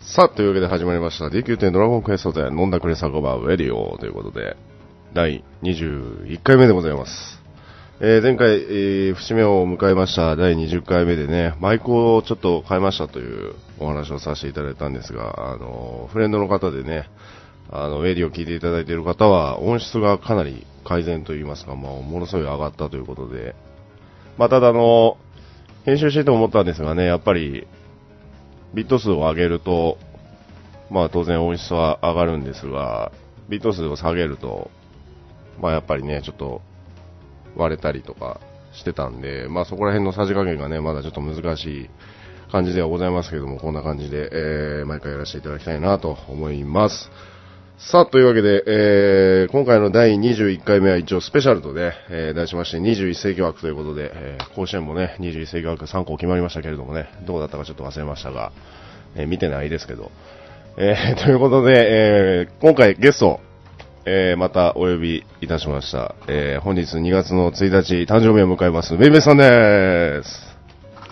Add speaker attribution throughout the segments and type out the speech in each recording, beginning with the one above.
Speaker 1: さあ、というわけで始まりました D9.0 ドラゴンクエストで飲んだくれ酒場ウェディオということで、第21回目でございます。えー前回、えー節目を迎えました第20回目でね、マイクをちょっと変えましたというお話をさせていただいたんですが、あの、フレンドの方でね、あの、ウェディを聞いていただいている方は、音質がかなり改善といいますか、まあ、ものすごい上がったということで、まあ、ただあの、編集してて思ったんですがね、やっぱり、ビット数を上げると、まあ当然音質は上がるんですが、ビット数を下げると、まあやっぱりね、ちょっと割れたりとかしてたんで、まあそこら辺のさじ加減がね、まだちょっと難しい感じではございますけども、こんな感じで、えー、毎回やらせていただきたいなと思います。さあ、というわけで、えー、今回の第21回目は一応スペシャルとね、えー、題しまして21世紀枠ということで、えー甲子園もね、21世紀枠3校決まりましたけれどもね、どうだったかちょっと忘れましたが、えー見てないですけど、えー ということで、えー今回ゲスト、えーまたお呼びいたしました。えー本日2月の1日、誕生日を迎えます、めいめいさんです。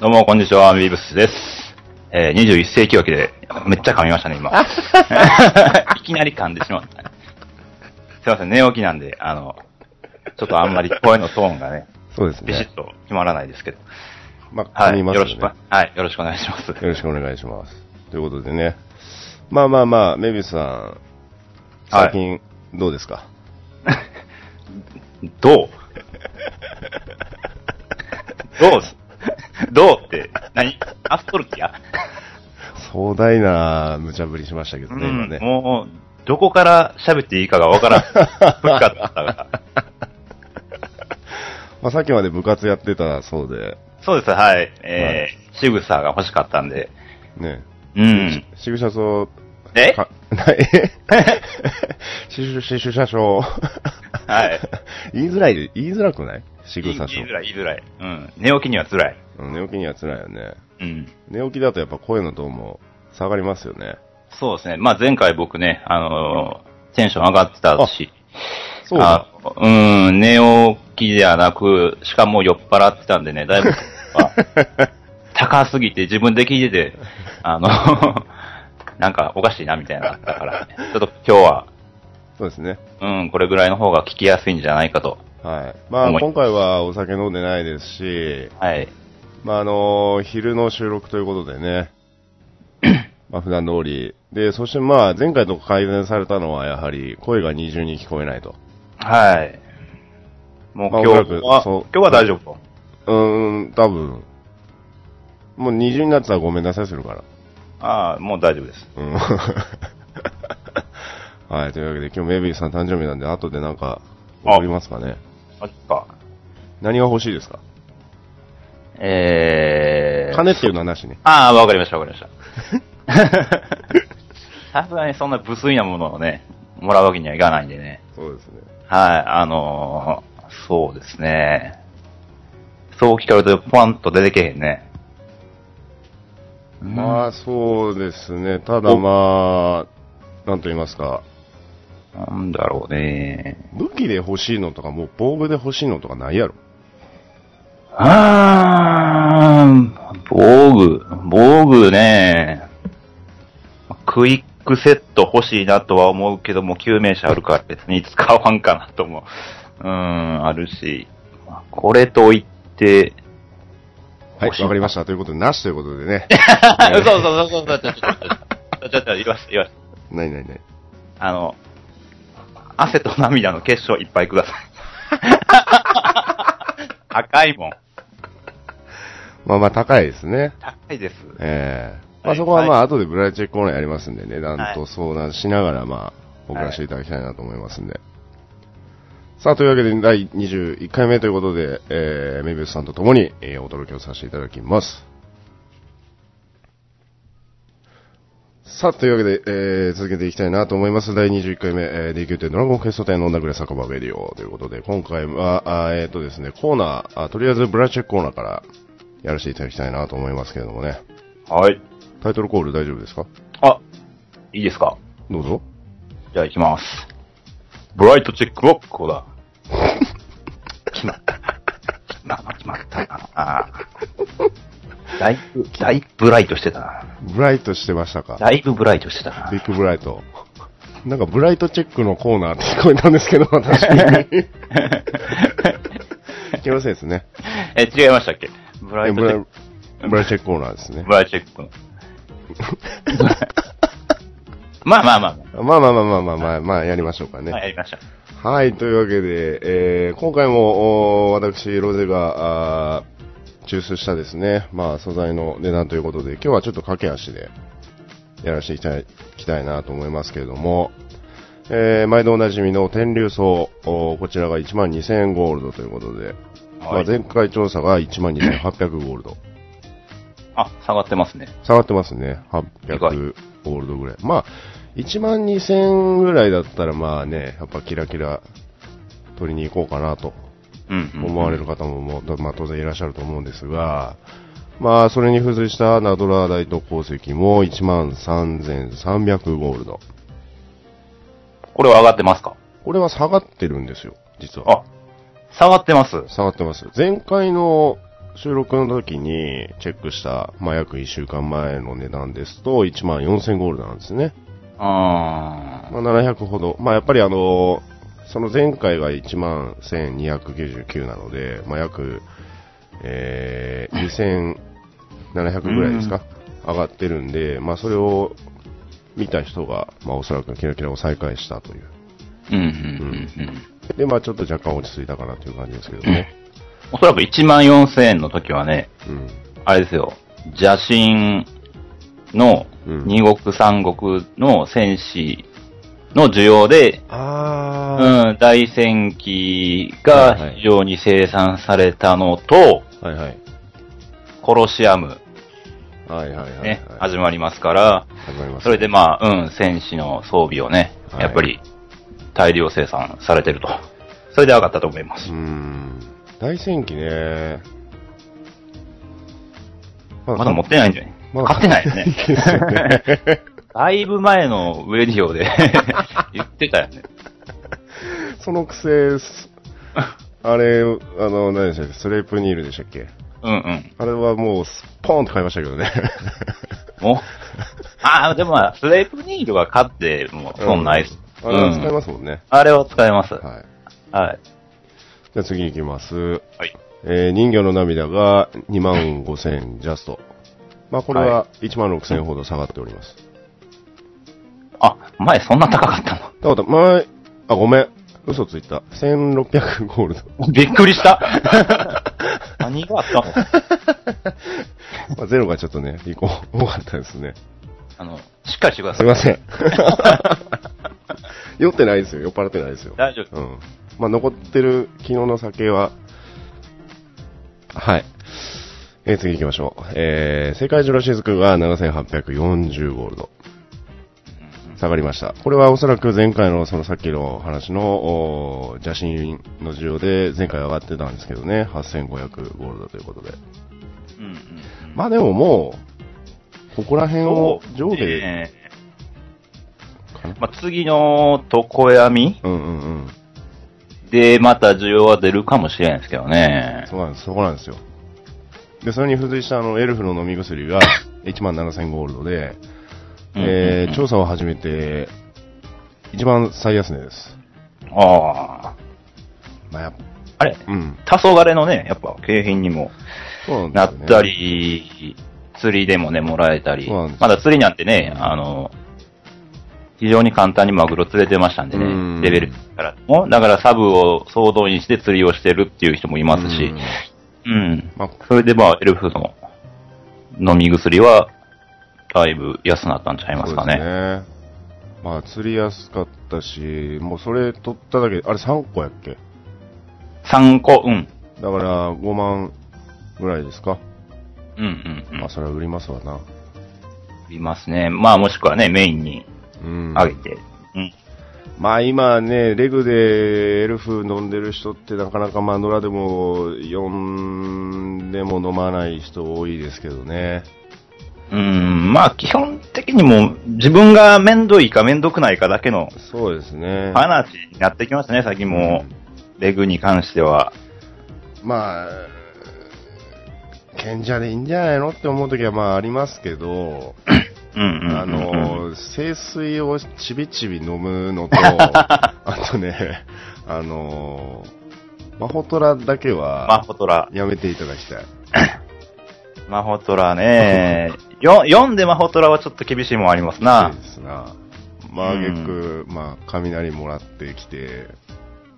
Speaker 2: どうも、こんにちは、ミーブスです。えー、21世紀枠で、めっちゃ噛みましたね、今。いきなり噛んでしまった。すいません、寝起きなんで、あの、ちょっとあんまり声のトーンがね、
Speaker 1: そうです
Speaker 2: ビシ
Speaker 1: ね
Speaker 2: ッ。と決まらないですけど。
Speaker 1: まあ、
Speaker 2: はい、
Speaker 1: 噛み
Speaker 2: よ
Speaker 1: ます
Speaker 2: ろ
Speaker 1: ね
Speaker 2: しく、はい、よろしくお願いします。
Speaker 1: よろしくお願いします。ということでね、まあまあまあ、メビウスさん、最近どうですか、
Speaker 2: どうどうすどうって、何アストルティア
Speaker 1: 壮大な無茶ぶりしましたけどね、今
Speaker 2: うん
Speaker 1: ね。
Speaker 2: もう、どこから喋っていいかがわからん。深かったから。
Speaker 1: まあ、さっきまで部活やってたそうで、
Speaker 2: そうです、はい。えー、仕草が欲しかったんで。
Speaker 1: ね、
Speaker 2: うん。
Speaker 1: シグシャソを
Speaker 2: え
Speaker 1: かない。 シュシュシュシャショ
Speaker 2: はい。
Speaker 1: 言いづらい、言いづらくないシグ
Speaker 2: 言い
Speaker 1: サシ
Speaker 2: づらい、言いづらい。うん。寝起きには辛い。
Speaker 1: ョ。寝起きには辛いよね。
Speaker 2: うん。
Speaker 1: 寝起きだとやっぱ声のトーンも下がりますよね。
Speaker 2: そうですね。まあ前回僕ね、あのーテンション上がってたし、
Speaker 1: そうだ。
Speaker 2: あのうん、寝起きではなく、しかも酔っ払ってたんでね、 だいぶ、あ高すぎて自分で聞いてて、あの、 なんかおかしいなみたいなのあったから、ね、ちょっと今日は、
Speaker 1: そうですね。
Speaker 2: うん、これぐらいの方が聞きやすいんじゃないかと。
Speaker 1: はい。まあ
Speaker 2: 重い
Speaker 1: 今回はお酒飲んでないですし、
Speaker 2: はい。
Speaker 1: まああの昼の収録ということで ね、まあ普段通り。で、そしてまあ前回と改善されたのはやはり声が二重に聞こえないと。
Speaker 2: はい。もう
Speaker 1: まあ
Speaker 2: 今
Speaker 1: おそら
Speaker 2: 日
Speaker 1: く
Speaker 2: は、
Speaker 1: そう
Speaker 2: 今日は大丈夫。
Speaker 1: うーん、多分。もう二重になってたらごめんなさいするから。
Speaker 2: ああ、もう大丈夫です。
Speaker 1: うん。 はい、というわけで今日メイビーさん誕生日なんで後でなんか送りますかね。
Speaker 2: マジか。
Speaker 1: 何が欲しいですか
Speaker 2: えー。
Speaker 1: 金っていうのはなしね。
Speaker 2: ああ、わかりました、わかりました。 さすがにそんな無粋なものをね、もらうわけにはいかないんでね。
Speaker 1: そうですね。
Speaker 2: はい、あのー、そうですね。そう聞かれると、パンと出てけへんね。
Speaker 1: まあそうですね。ただまあ、なんと言いますか、
Speaker 2: なんだろうね。
Speaker 1: 武器で欲しいのとか、もう防具で欲しいのとかないやろ。
Speaker 2: あー、防具、防具ね。クイックセット欲しいなとは思うけども、救命車あるから別に使わんかなとも、うーん、あるし。まあこれといって、
Speaker 1: はい、
Speaker 2: 欲しい
Speaker 1: わかりました。ということで、なしということでね。
Speaker 2: そうそうそうそうそう、ちょっと、ちょっと、言いました、言いまし
Speaker 1: ないないない。
Speaker 2: た。あの、汗と涙の結晶いっぱいください。赤いもん。
Speaker 1: まあまあ高いですね。
Speaker 2: 高いです。
Speaker 1: ええま
Speaker 2: は
Speaker 1: あ
Speaker 2: い
Speaker 1: そこはまあ
Speaker 2: は
Speaker 1: 後でブライチェックコーナーやりますんで、値段と相談しながらまあ、送らせていただきたいなと思いますんで。さあ、というわけで第21回目ということで、えー、メビウスさんと共に、えー、お届けをさせていただきます。さあ、というわけで、えー、続けていきたいなと思います。第21回目、えー、DQ 店ドラゴンクエスト店のんだくれ酒場ベリオということで、今回は、あーえっ、とですね、コーナーあ、とりあえずブラチェックコーナーからやらせていただきたいなと思いますけれどもね。
Speaker 2: はい。
Speaker 1: タイトルコール大丈夫ですか
Speaker 2: あ、いいですか
Speaker 1: どうぞ。
Speaker 2: じゃあ行きます。ブライトチェックはここだ。 決まった。決まった。決まった。ああ。だいぶ、だいぶブライトしてたな。
Speaker 1: ブライトしてましたか
Speaker 2: だいぶブライトしてたな
Speaker 1: ビ。ッグブライト。 なんかブライトチェックのコーナーって聞こえたんですけど、 確か に。気のせいですね。
Speaker 2: え、違いましたっけブ
Speaker 1: ブ
Speaker 2: ライトチェ
Speaker 1: ラ
Speaker 2: ッ
Speaker 1: ブライトチェックコーナーです
Speaker 2: ク。
Speaker 1: ね
Speaker 2: ブ。ライトチェックの。 まあまあまあま
Speaker 1: まあまあまあまあまあまあ、まあ、やりましょうかね。
Speaker 2: あ、
Speaker 1: は
Speaker 2: は
Speaker 1: い、
Speaker 2: い、やりました。
Speaker 1: というわけで、えー、今回も、おー私、ロゼが、あー抽出したですね、まあ、素材の値段ということで、今日はちょっと駆け足で、やらせていただきたいなと思いますけれども、えー、毎度おなじみの天竜層、おーこちらが12,000円ゴールドということで、ま
Speaker 2: は
Speaker 1: あ、
Speaker 2: い
Speaker 1: 前回調査が12,800ゴールド。
Speaker 2: あ、下がってますね。
Speaker 1: 下がってますね。800ゴールドぐらい。まあ、1万2000ぐらいだったらまあね、やっぱキラキラ取りに行こうかなと
Speaker 2: うん、うん。
Speaker 1: 思われる方ももう、まあ、当然いらっしゃると思うんですが、まあ、それに付随したナドラー大と鉱石も1万3300ゴールド。
Speaker 2: これは上がってますか
Speaker 1: これは下がってるんですよ、実は。
Speaker 2: あ、下がってます。
Speaker 1: 下がってます。前回の収録の時にチェックした、まあ、約1週間前の値段ですと、1万4000ゴールドなんですね。
Speaker 2: あ
Speaker 1: まあ、700ほど。まあ、やっぱりあの、その前回が1万1299なので、まあ、約、えー、2700ぐらいですか、上がってるんで、まあ、それを見た人が、まあ、おそらくキラキラを再開したという。
Speaker 2: ー。うん、うん、うん、うん。
Speaker 1: で、まあ、ちょっと若干落ち着いたかなという感じですけど ね。
Speaker 2: おそらく1万4000円の時はね、
Speaker 1: うん。
Speaker 2: あれですよ、邪神の
Speaker 1: うん
Speaker 2: 二国三国の戦士の需要で、う
Speaker 1: あ
Speaker 2: ん、大戦記
Speaker 1: はいは
Speaker 2: が
Speaker 1: い
Speaker 2: 非常に生産されたのと、
Speaker 1: ー、はいはい。
Speaker 2: コロシアム
Speaker 1: はいはいはい、はい。
Speaker 2: ね、始まりますから、
Speaker 1: 始まります
Speaker 2: それでまあ、うん、戦士の装備をね、
Speaker 1: はい
Speaker 2: やっぱり大量生産されてると。それで上がったと思います
Speaker 1: うー。ん。大戦記ね。ま
Speaker 2: まだ持ってないんじゃない
Speaker 1: まだ
Speaker 2: 買ってないよね。
Speaker 1: ですよ ね。
Speaker 2: だいぶ前のウェディオ で言ってたよね。
Speaker 1: そのくせ、すあれ、あの、何でしたっけ、スレープニールでしたっけ。
Speaker 2: うんうん。
Speaker 1: あれはもう、スポーンと買いましたけど ね。
Speaker 2: もう。ああ、でもまあ、スレープニールは買って、もう、損ないです。
Speaker 1: あれは使い
Speaker 2: うん
Speaker 1: ますもんね。
Speaker 2: あれは使えます。はい。
Speaker 1: はい。じゃあ次行きます。
Speaker 2: はい。
Speaker 1: えー人魚の涙が2万5千ジャスト。まあこれは1万6千ほど下がっております。
Speaker 2: あ、前そんな高かったの
Speaker 1: だから前、あ、ごめん。嘘ついた。1600ゴール ド。
Speaker 2: びっくりした。何があったの
Speaker 1: まあ、ゼロがちょっとね、一個多かったですね。
Speaker 2: あの、しっかりしてくだ
Speaker 1: す
Speaker 2: さ
Speaker 1: い
Speaker 2: い。
Speaker 1: ません。 酔ってないですよ。酔っ払ってないですよ。
Speaker 2: 大丈夫。
Speaker 1: うん。まあ、残ってる昨日の酒は、はい。えー次行きましょう。えー、世界中の雫が7840ゴールド。下がりました。これはおそらく前回のそのさっきの話のおー邪神の需要で前回上がってたんですけどね、8500ゴールドということで。
Speaker 2: うんうんうん
Speaker 1: まあでももう、ここら辺を上
Speaker 2: そう
Speaker 1: 下で、
Speaker 2: ね
Speaker 1: かな
Speaker 2: まあ、次の床闇
Speaker 1: うんうんうん。
Speaker 2: でまた需要は出るかもしれないですけどね。
Speaker 1: そうなんです、そこなんですよ。で、それに付随したあの、エルフの飲み薬 が1万7000ゴールドで、え
Speaker 2: うんうんう
Speaker 1: ー、
Speaker 2: ん
Speaker 1: 調査を始めて、一番最安値です。
Speaker 2: ああ。
Speaker 1: まあ、やっ
Speaker 2: あれ
Speaker 1: うん。
Speaker 2: 黄昏のね、やっぱ景品にも
Speaker 1: そうな
Speaker 2: な
Speaker 1: んですよ、ね。
Speaker 2: った。り、釣りでもね、もらえたり、
Speaker 1: そうなんです
Speaker 2: まだ釣りなんてね、あの、非常に簡単にマグロ釣れてましたんで
Speaker 1: うん
Speaker 2: ね、レベルからも。だからサブを総動員して釣りをしてるっていう人もいますし、うん。
Speaker 1: まあ、
Speaker 2: それでまあ、エルフの飲み薬は、だいぶ安くなったんちゃいますか
Speaker 1: そう
Speaker 2: ね。
Speaker 1: ですね。まあ、釣りやすかったし、もうそれ取っただけで、あれ3個やっけ
Speaker 2: 3個、うん。
Speaker 1: だから5万ぐらいですか。
Speaker 2: うんうんうん。
Speaker 1: まあ、それは売りますわな。
Speaker 2: いますね。まあ、もしくはね、メインに
Speaker 1: うん。
Speaker 2: あげて。うん。
Speaker 1: まあ今ね、レグでエルフ飲んでる人ってなかなかまあ野良でも4でも飲まない人多いですけどね。
Speaker 2: うん、まあ基本的にもう自分が面倒いか面倒くないかだけの
Speaker 1: そうですね。
Speaker 2: 話になってきましたね、最近もう。レグに関しては。
Speaker 1: まあ、賢者でいいんじゃないのって思う時はまあありますけど、
Speaker 2: うんうんうんうん。
Speaker 1: あの、清水をちびちび飲むの と、あとね、あの、マホトラだけ
Speaker 2: マ
Speaker 1: は
Speaker 2: ホトラ。
Speaker 1: やめていただきたい。
Speaker 2: マホトラ ね。よ読んでマホトラはちょっと厳しいもんありますな
Speaker 1: そう。ですな。まあ、あげく、まあ、雷もらってきて、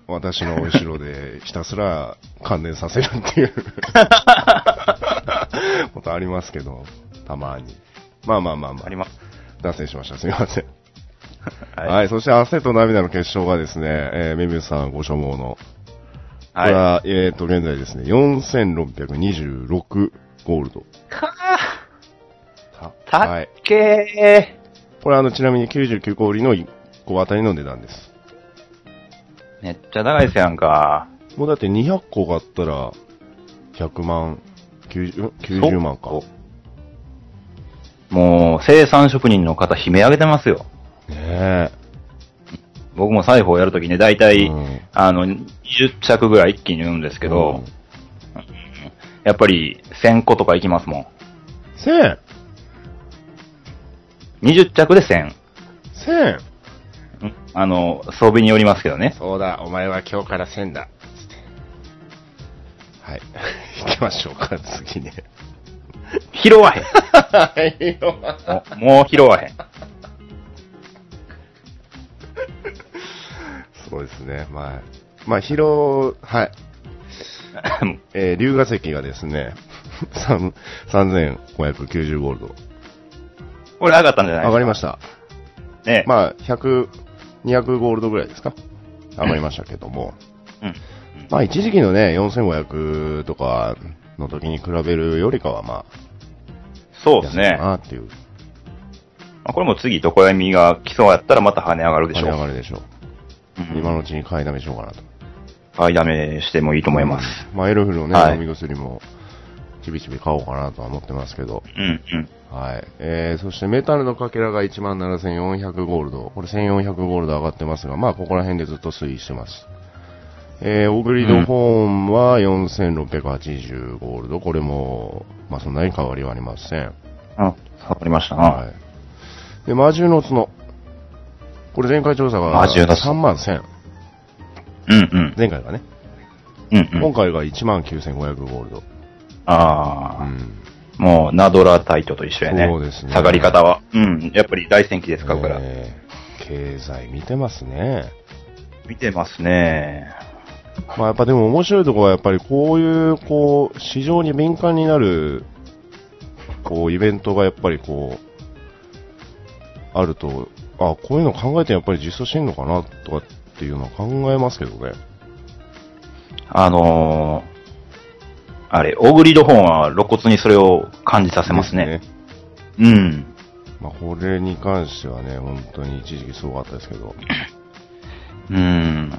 Speaker 1: 私の後ろ でひたすら感電させるっていうことありますけど、たまに。まあまあまあま
Speaker 2: あ
Speaker 1: あ
Speaker 2: り、ます。
Speaker 1: 脱線しました。すみません。はい、
Speaker 2: はい。
Speaker 1: そして汗と涙の結晶がですね、えーメビウスさんご所望の、これ
Speaker 2: はい。
Speaker 1: は、えっ、と、現在ですね、4626ゴールド。
Speaker 2: か
Speaker 1: た
Speaker 2: た
Speaker 1: は
Speaker 2: っ
Speaker 1: い。
Speaker 2: け
Speaker 1: これあの、ちなみに99個売りの1個あたりの値段です。
Speaker 2: ー。めっちゃ長いですやんか。
Speaker 1: もうだって200個があったら、100万、90, 90万か。
Speaker 2: そっかもう、生産職人の方悲鳴上げてますよ。
Speaker 1: ね
Speaker 2: 僕も裁縫やるときね、だいた
Speaker 1: え。
Speaker 2: い、
Speaker 1: うん
Speaker 2: あの、20着ぐらい一気に縫うんですけど、
Speaker 1: うん
Speaker 2: やっぱり1000個とかいきますも
Speaker 1: 1000
Speaker 2: ん。20着で1000。
Speaker 1: 1000
Speaker 2: うんあの、装備によりますけどね。
Speaker 1: そうだ、お前は今日から1000だ。はい。 行きましょうか、次ね。
Speaker 2: 拾わへん。
Speaker 1: はいよ。
Speaker 2: ももう拾わへん。
Speaker 1: そうですね、まあ。まあ、疲労、はい。えー、龍河石がですね、3 3590ゴールド。
Speaker 2: これ上がったんじゃない
Speaker 1: 上がりました。
Speaker 2: た。ね。
Speaker 1: まあ、100、200ゴールドぐらいですか上がりましたけども。
Speaker 2: うん。
Speaker 1: まあ、一時期のね、4500とかの時に比べるよりかは、ま
Speaker 2: そ
Speaker 1: あ、
Speaker 2: うですね。ま
Speaker 1: なっていう。
Speaker 2: あ、これも次、どこやみが来そうやったらまた跳ね上がるでしょ
Speaker 1: 跳ね上
Speaker 2: う。
Speaker 1: がるでしょう。
Speaker 2: うん
Speaker 1: 今のうちに買いだめしようかなと。
Speaker 2: 買いだめしてもいいと思います。
Speaker 1: まあ、エルフのね、
Speaker 2: はい
Speaker 1: 飲み薬も、ちびちび買おうかなとは思ってますけど。
Speaker 2: うん、うん。
Speaker 1: はい。えー、そしてメタルのかけらが17,400ゴールド。これ1,400ゴールド上がってますが、まあ、ここら辺でずっと推移してます。えー、オグリドホーンは4,680ゴールド。これも、まあ、そんなに変わりはありません。
Speaker 2: あ、触りましたな。
Speaker 1: はい。で、魔獣の角。これ前回調査が
Speaker 2: 魔獣の角
Speaker 1: 3万1000。
Speaker 2: うん、うん。
Speaker 1: 前回がね。
Speaker 2: うん、う
Speaker 1: 今
Speaker 2: ん。
Speaker 1: 回が1万9500ゴールド。
Speaker 2: あ
Speaker 1: う
Speaker 2: あ、
Speaker 1: ん。
Speaker 2: もう、ナドラタイトと一緒やね。
Speaker 1: そうですね
Speaker 2: 下がり方は。うん。やっぱり大戦記ですか、これ。
Speaker 1: えー経済見てますね。
Speaker 2: 見てますね。
Speaker 1: まあやっぱでも面白いところはやっぱりこういう、こう、市場に敏感になる、こう、イベントがやっぱりこう、あると、あ、こういうの考えてやっぱり実装してんのかな、とかっていうのは考えますけどね。
Speaker 2: あのー、あれ、オグリドホーンは露骨にそれを感じさせますね。
Speaker 1: ですね
Speaker 2: うん。
Speaker 1: まあ、これに関してはね、本当に一時期すごかったですけど。
Speaker 2: うん。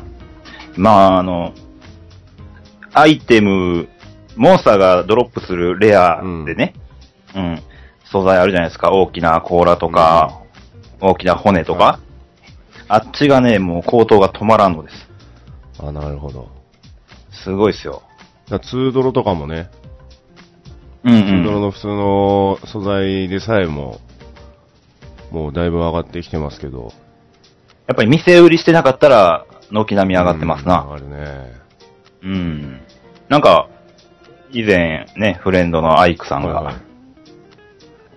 Speaker 2: まあ、あの、アイテム、モンスターがドロップするレアでね、うん、素材あるじゃないですか。大きな甲羅とか、大きな骨とか、
Speaker 1: は
Speaker 2: あっちがね、もう高騰が止まらんので
Speaker 1: あ、なるほど。
Speaker 2: す。すごいですよ。
Speaker 1: だから2ドロとかもね、
Speaker 2: うん、う
Speaker 1: 2ドロ
Speaker 2: ん。
Speaker 1: の普通の素材でさえも、もうだいぶ上がってきてますけど。
Speaker 2: やっぱり店売りしてなかったら、軒並み上がってますな。
Speaker 1: うん上がるね。
Speaker 2: うん。なんか、以前ね、フレンドのアイクさんが、
Speaker 1: はいはい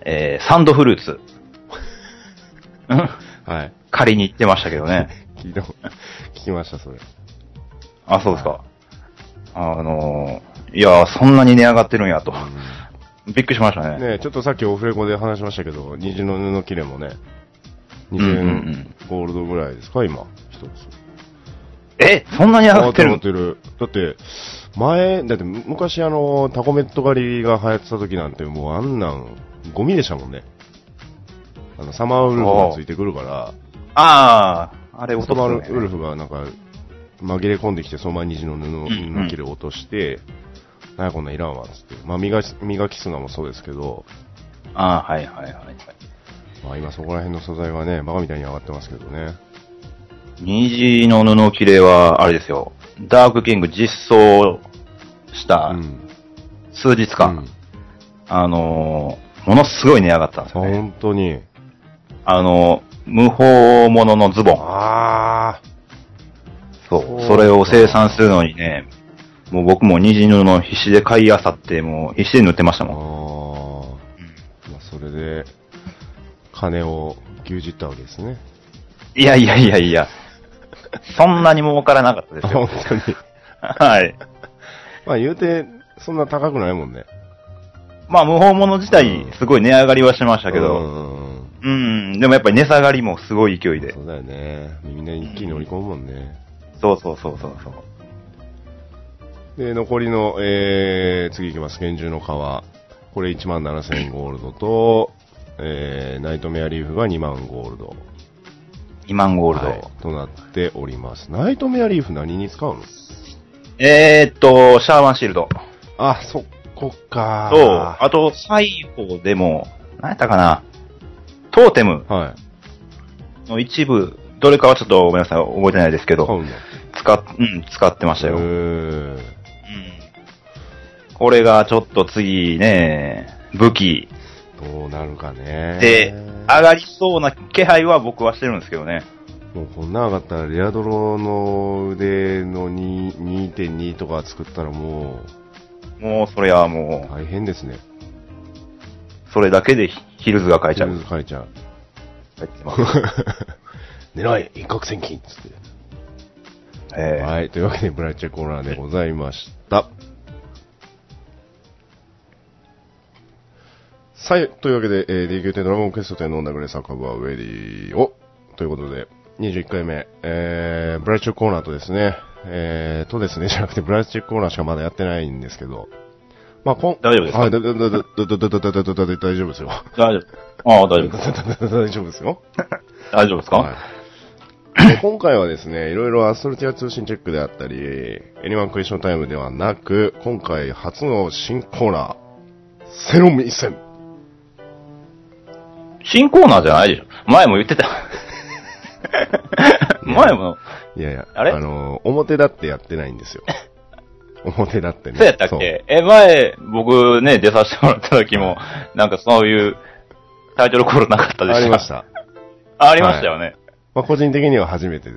Speaker 2: えー、サンドフルーツ。うん
Speaker 1: はい。
Speaker 2: 借りに行ってましたけどね。
Speaker 1: 聞いたこと、聞きました、それ。
Speaker 2: あ、そうですか。あのー、いやー、そんなに値上がってるんやと。びっくりしましたね。
Speaker 1: ねえちょっとさっきオフレコで話しましたけど、虹の布切れもね、
Speaker 2: うんうん
Speaker 1: 20ゴールドぐらいですか、今、一つ。
Speaker 2: え、そんなに上がって
Speaker 1: 上が
Speaker 2: る
Speaker 1: ってる。だって、前、だって昔あの、タコメット狩りが流行ってた時なんて、もうあんなん、ゴミでしたもんね。あの、サマーウルフがついてくるから、
Speaker 2: ああ、あれ、
Speaker 1: サ
Speaker 2: 音
Speaker 1: マ
Speaker 2: する、
Speaker 1: ーウルフがなんか、紛れ込んできて、そのまま虹の布
Speaker 2: んうん
Speaker 1: 布切れを落として、なんやこんなんいらんわ、つって。まあ、磨き、磨きすなもそうですけど、
Speaker 2: ああ、はいはいはい。
Speaker 1: まあ今そこら辺の素材はね、バカみたいに上がってますけどね。
Speaker 2: 虹の布切れは、あれですよ。ダークキング実装し
Speaker 1: う
Speaker 2: た
Speaker 1: ん。
Speaker 2: 数日間、
Speaker 1: うん
Speaker 2: あのーものすごい値上がったんですよね。
Speaker 1: 本当に。
Speaker 2: あのー無法物のズボン。
Speaker 1: ああ。
Speaker 2: そう。それを生産するのにね、もう僕も虹布の必死で買い漁って、もう必死で塗ってました
Speaker 1: ああ。
Speaker 2: もん。
Speaker 1: まあ、それで、金を牛耳ったわけですね。
Speaker 2: いやいやいやいや。そんなに儲からなかったで
Speaker 1: あ
Speaker 2: すよ
Speaker 1: 本。当に。
Speaker 2: はい。
Speaker 1: まあ言うて、そんな高くないもんね。
Speaker 2: まあ、無法物自体、すごい値上がりはしましたけ
Speaker 1: う
Speaker 2: ど、
Speaker 1: んうんうん。
Speaker 2: うん、でもやっぱり値下がりもすごい勢いで。
Speaker 1: そうだよね。みんな一気に乗り込むもんね。
Speaker 2: そうそうそうそうそう。
Speaker 1: で、残りの、えー、次いきます。厳重の皮。これ1万7000ゴールドと、えー、ナイトメアリーフが2万ゴールド。
Speaker 2: 2万ゴールド。
Speaker 1: はいとなっております。ナイトメアリーフ何に使うの
Speaker 2: えーっと、シャーマンシールド
Speaker 1: あ、そこか。
Speaker 2: と、あと、最後でも、何やったかな、トーテム
Speaker 1: はい。
Speaker 2: の一部、どれかはちょっとごめんなさい、覚えてないですけ
Speaker 1: 買う
Speaker 2: ど、
Speaker 1: んだ。
Speaker 2: 使っ、うん、使ってましたよ。うん
Speaker 1: へー
Speaker 2: これがちょっと次ね、武器
Speaker 1: どうなるかね。
Speaker 2: で上がりそうな気配は僕はしてるんですけどね。
Speaker 1: もうこんな上がったら、レアドロの腕の2 2.2とか作ったらも
Speaker 2: もうそれは
Speaker 1: う
Speaker 2: も
Speaker 1: 大変ですね。
Speaker 2: う、それだけでヒヒルズが変えちゃう。
Speaker 1: 書いちゃ う。狙い一攫千金っつって。
Speaker 2: えー
Speaker 1: はい。というわけで、ブラッチェコーナーでございました。はい。というわけで、えー、DQ テドラゴンクエスト展の流れ酒場ウェディを、ということで、21回目、えー、ブラッチェコーナーとですね、えー、とですね、じゃなくて、ブラッチェコーナーしかまだやってないんですけど、まあ、こん、
Speaker 2: 大丈夫ですか
Speaker 1: はい、だ、だ、だ、だ、だ、だ、だ、だ、だ、だ、だ、大丈夫ですよ。
Speaker 2: 大丈夫。ああ、大丈夫です。
Speaker 1: 大丈夫ですよ。
Speaker 2: 大丈夫ですか、
Speaker 1: はいで今回はですね、いろいろアストルティア通信チェックであったり、エニワンクエスションタイムではなく、今回初の新コーナー、セロミ戦。
Speaker 2: 新コーナーじゃないでしょ。前も言ってた。 前も、
Speaker 1: いやいや、
Speaker 2: あれ
Speaker 1: のー、表だってやってないんです よ。表だってね。
Speaker 2: そうやったっけえ、前、僕ね、出させてもらった時も、なんかそういうタイトルコールなかった
Speaker 1: そう
Speaker 2: でした。
Speaker 1: ありまし。た。
Speaker 2: ありましたよね。
Speaker 1: まあ、個人的には初めて。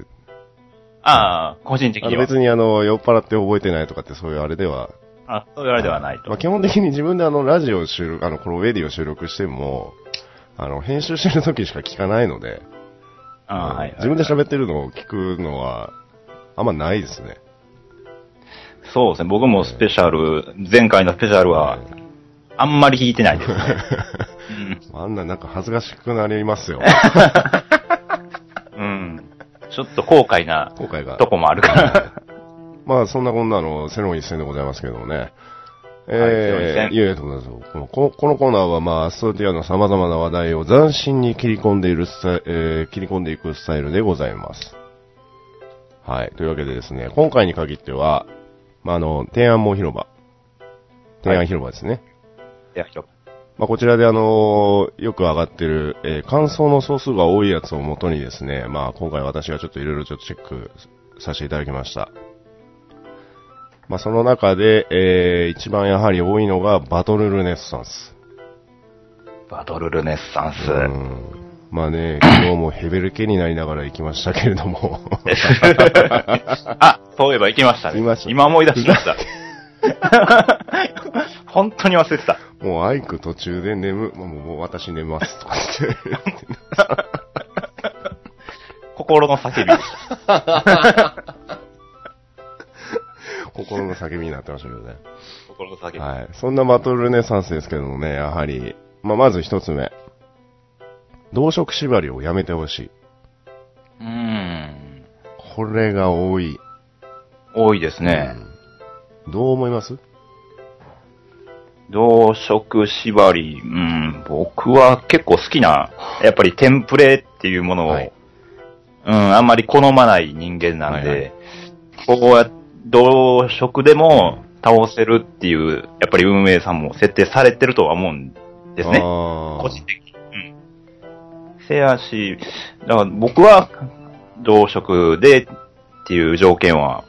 Speaker 2: ああ、個人的
Speaker 1: あ
Speaker 2: に
Speaker 1: の
Speaker 2: は。
Speaker 1: 別にあの、酔っ払って覚えてないとかってそういうあれでは。
Speaker 2: あ、そういうあれではないと。
Speaker 1: まあ、基本的に自分であの、ラジオを収録、あの、このウェディを収録しても、あの、編集してる時しか聞かないので、
Speaker 2: ああ、はい。
Speaker 1: 自分で喋ってるのを聞くのは、あんまないですね。
Speaker 2: そうですね。僕もスペシャル、前回のスペシャルは、あんまり弾い てないですね。
Speaker 1: あんななんか恥ずかしくなります よ。
Speaker 2: うん。ちょっと後悔な
Speaker 1: 後悔が
Speaker 2: と。こもあるから。
Speaker 1: まあそんなこんなの、セロン一戦でございますけどもね。え
Speaker 2: セロン
Speaker 1: ー、
Speaker 2: 一戦
Speaker 1: いえいえということですよこのこのこのコーナーはまあ、アストルティアの様々な話題を斬新に切り込んでいるスタイえー切り込んでいくスタイルでございます。はい。というわけでですね、今回に限っては、まああの、天安門広場。天安広場ですね。
Speaker 2: いや、ひょ
Speaker 1: まあ、こちらであのーよく上がってる、えー感想の総数が多いやつをもとにですね、まあ、今回私がちょっといろいろちょっとチェックさせていただきました。まあ、その中で、えー一番やはり多いのがバトルルネッサンス。
Speaker 2: バトルルネッサンス。
Speaker 1: うん。まあね、昨日もヘベルケになりながら行きましたけれども。
Speaker 2: あ、そういえば行きましたね。
Speaker 1: 行きました
Speaker 2: 今思い出しま した。本当に忘れてた。
Speaker 1: もうアイク途中で眠、もうもう私寝ますとか言って。
Speaker 2: 心の叫びでした。
Speaker 1: 心の叫びになってましたけどね。
Speaker 2: 心の叫び。
Speaker 1: はい。そんなバトルルネサンスですけどもね、やはり、まあ、まず一つ目。同色縛りをやめてほしい。
Speaker 2: うーん。
Speaker 1: これが多い。
Speaker 2: 多いですね。
Speaker 1: どう思います
Speaker 2: 同色縛り、うん、僕は結構好きな、やっぱりテンプレっていうものを、
Speaker 1: はい
Speaker 2: うん、あんまり好まない人間なんで、
Speaker 1: はいは
Speaker 2: こうや、同色でも倒せるっていう、やっぱり運営さんも設定されてるとは思うんですね。
Speaker 1: あ
Speaker 2: 個人的に。うん。せやし、だから僕は同色でっていう条件は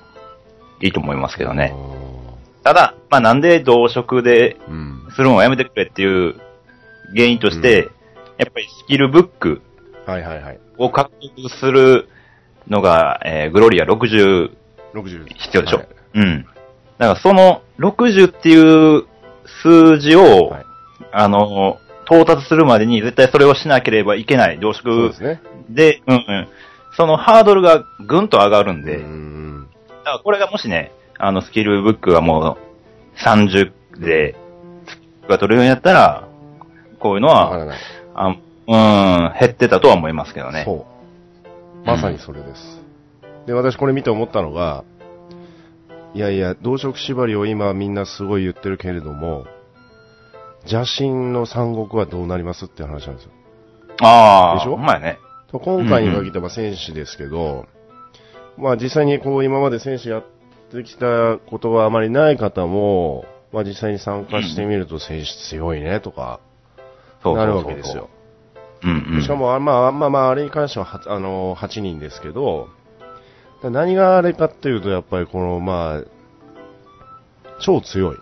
Speaker 2: いいと思いますけど
Speaker 1: あ
Speaker 2: ね。ただ、まあなんで同色で
Speaker 1: ー。うん。
Speaker 2: するのはやめてくれっていう原因として、やっぱりスキルブック
Speaker 1: はいはいはい。
Speaker 2: を獲得するのが、えーグロリア60
Speaker 1: 60。
Speaker 2: 必要でしょ。
Speaker 1: はい
Speaker 2: うん。だからその60っていう数字を、
Speaker 1: はい
Speaker 2: あの、到達するまでに絶対それをしなければいけない。凝
Speaker 1: そう
Speaker 2: 縮
Speaker 1: ですね。
Speaker 2: で、うんうん。そのハードルがぐんと上がるんで、
Speaker 1: うん
Speaker 2: だからこれがもしね、あのスキルブックがもう30で、が取れるようになったら、こういうの
Speaker 1: わか
Speaker 2: は、
Speaker 1: らない。
Speaker 2: あうん、減ってたとは思いますけどね。
Speaker 1: そう。まさにそれです。で、私これ見て思ったのが、いやいや、動植縛りを今みんなすごい言ってるけれども、邪神の三国はどうなりますって話なんですよ。
Speaker 2: ああ、
Speaker 1: でしょ
Speaker 2: ほんまやね。
Speaker 1: と今回に限っては戦士ですけど、まあ実際にこう今まで戦士やってきたことがあまりない方も、まあ実際に参加してみると戦士強いねとか、
Speaker 2: そうそうそうそう
Speaker 1: なるわけですよ。。
Speaker 2: うん、うん。
Speaker 1: しかも、あまあ、まあ、まあ、あれに関してはは、あの、8人ですけど、だ何があれかっていうと、やっぱりこの、まあ、超強い。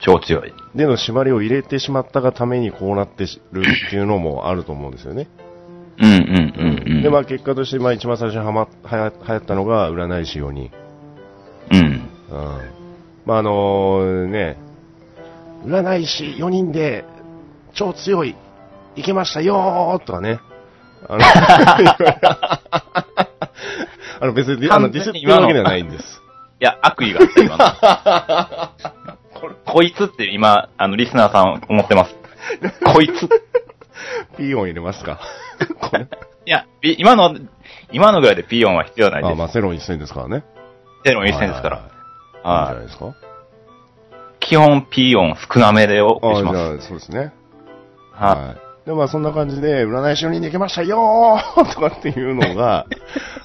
Speaker 2: 超強い。
Speaker 1: での縛りを入れてしまったがためにこうなってしるっていうのもあると思うんですよね。
Speaker 2: うんうんうんうん。
Speaker 1: で、まあ結果として、まあ一番最初にはま、はや、流行ったのが占い師4人。
Speaker 2: うん。
Speaker 1: うん。まああのね、占い師4人で、超強い、いけましたよーとかね。あの、 あの別にディあのディスってるわけではないんです。
Speaker 2: いや、悪意があった、今のここいつって今、あの、リスナーさん思ってます。こいつ。
Speaker 1: ピー音入れますかこれ
Speaker 2: いや、ピ今の、今のぐらいでピーヨンは必要ない
Speaker 1: あ、
Speaker 2: で
Speaker 1: まあセロン一戦ですからね。
Speaker 2: す。テロン一戦ですから。
Speaker 1: はいはいはい。いいんじゃ
Speaker 2: は
Speaker 1: ない
Speaker 2: い。
Speaker 1: ですか
Speaker 2: 基本ピーヨン少なめでお送りし
Speaker 1: あ
Speaker 2: ま
Speaker 1: じ
Speaker 2: す。
Speaker 1: ゃあそうですね。。
Speaker 2: はい
Speaker 1: で、まあそんな感じで、占い師4人できましたよー とかっていうの が、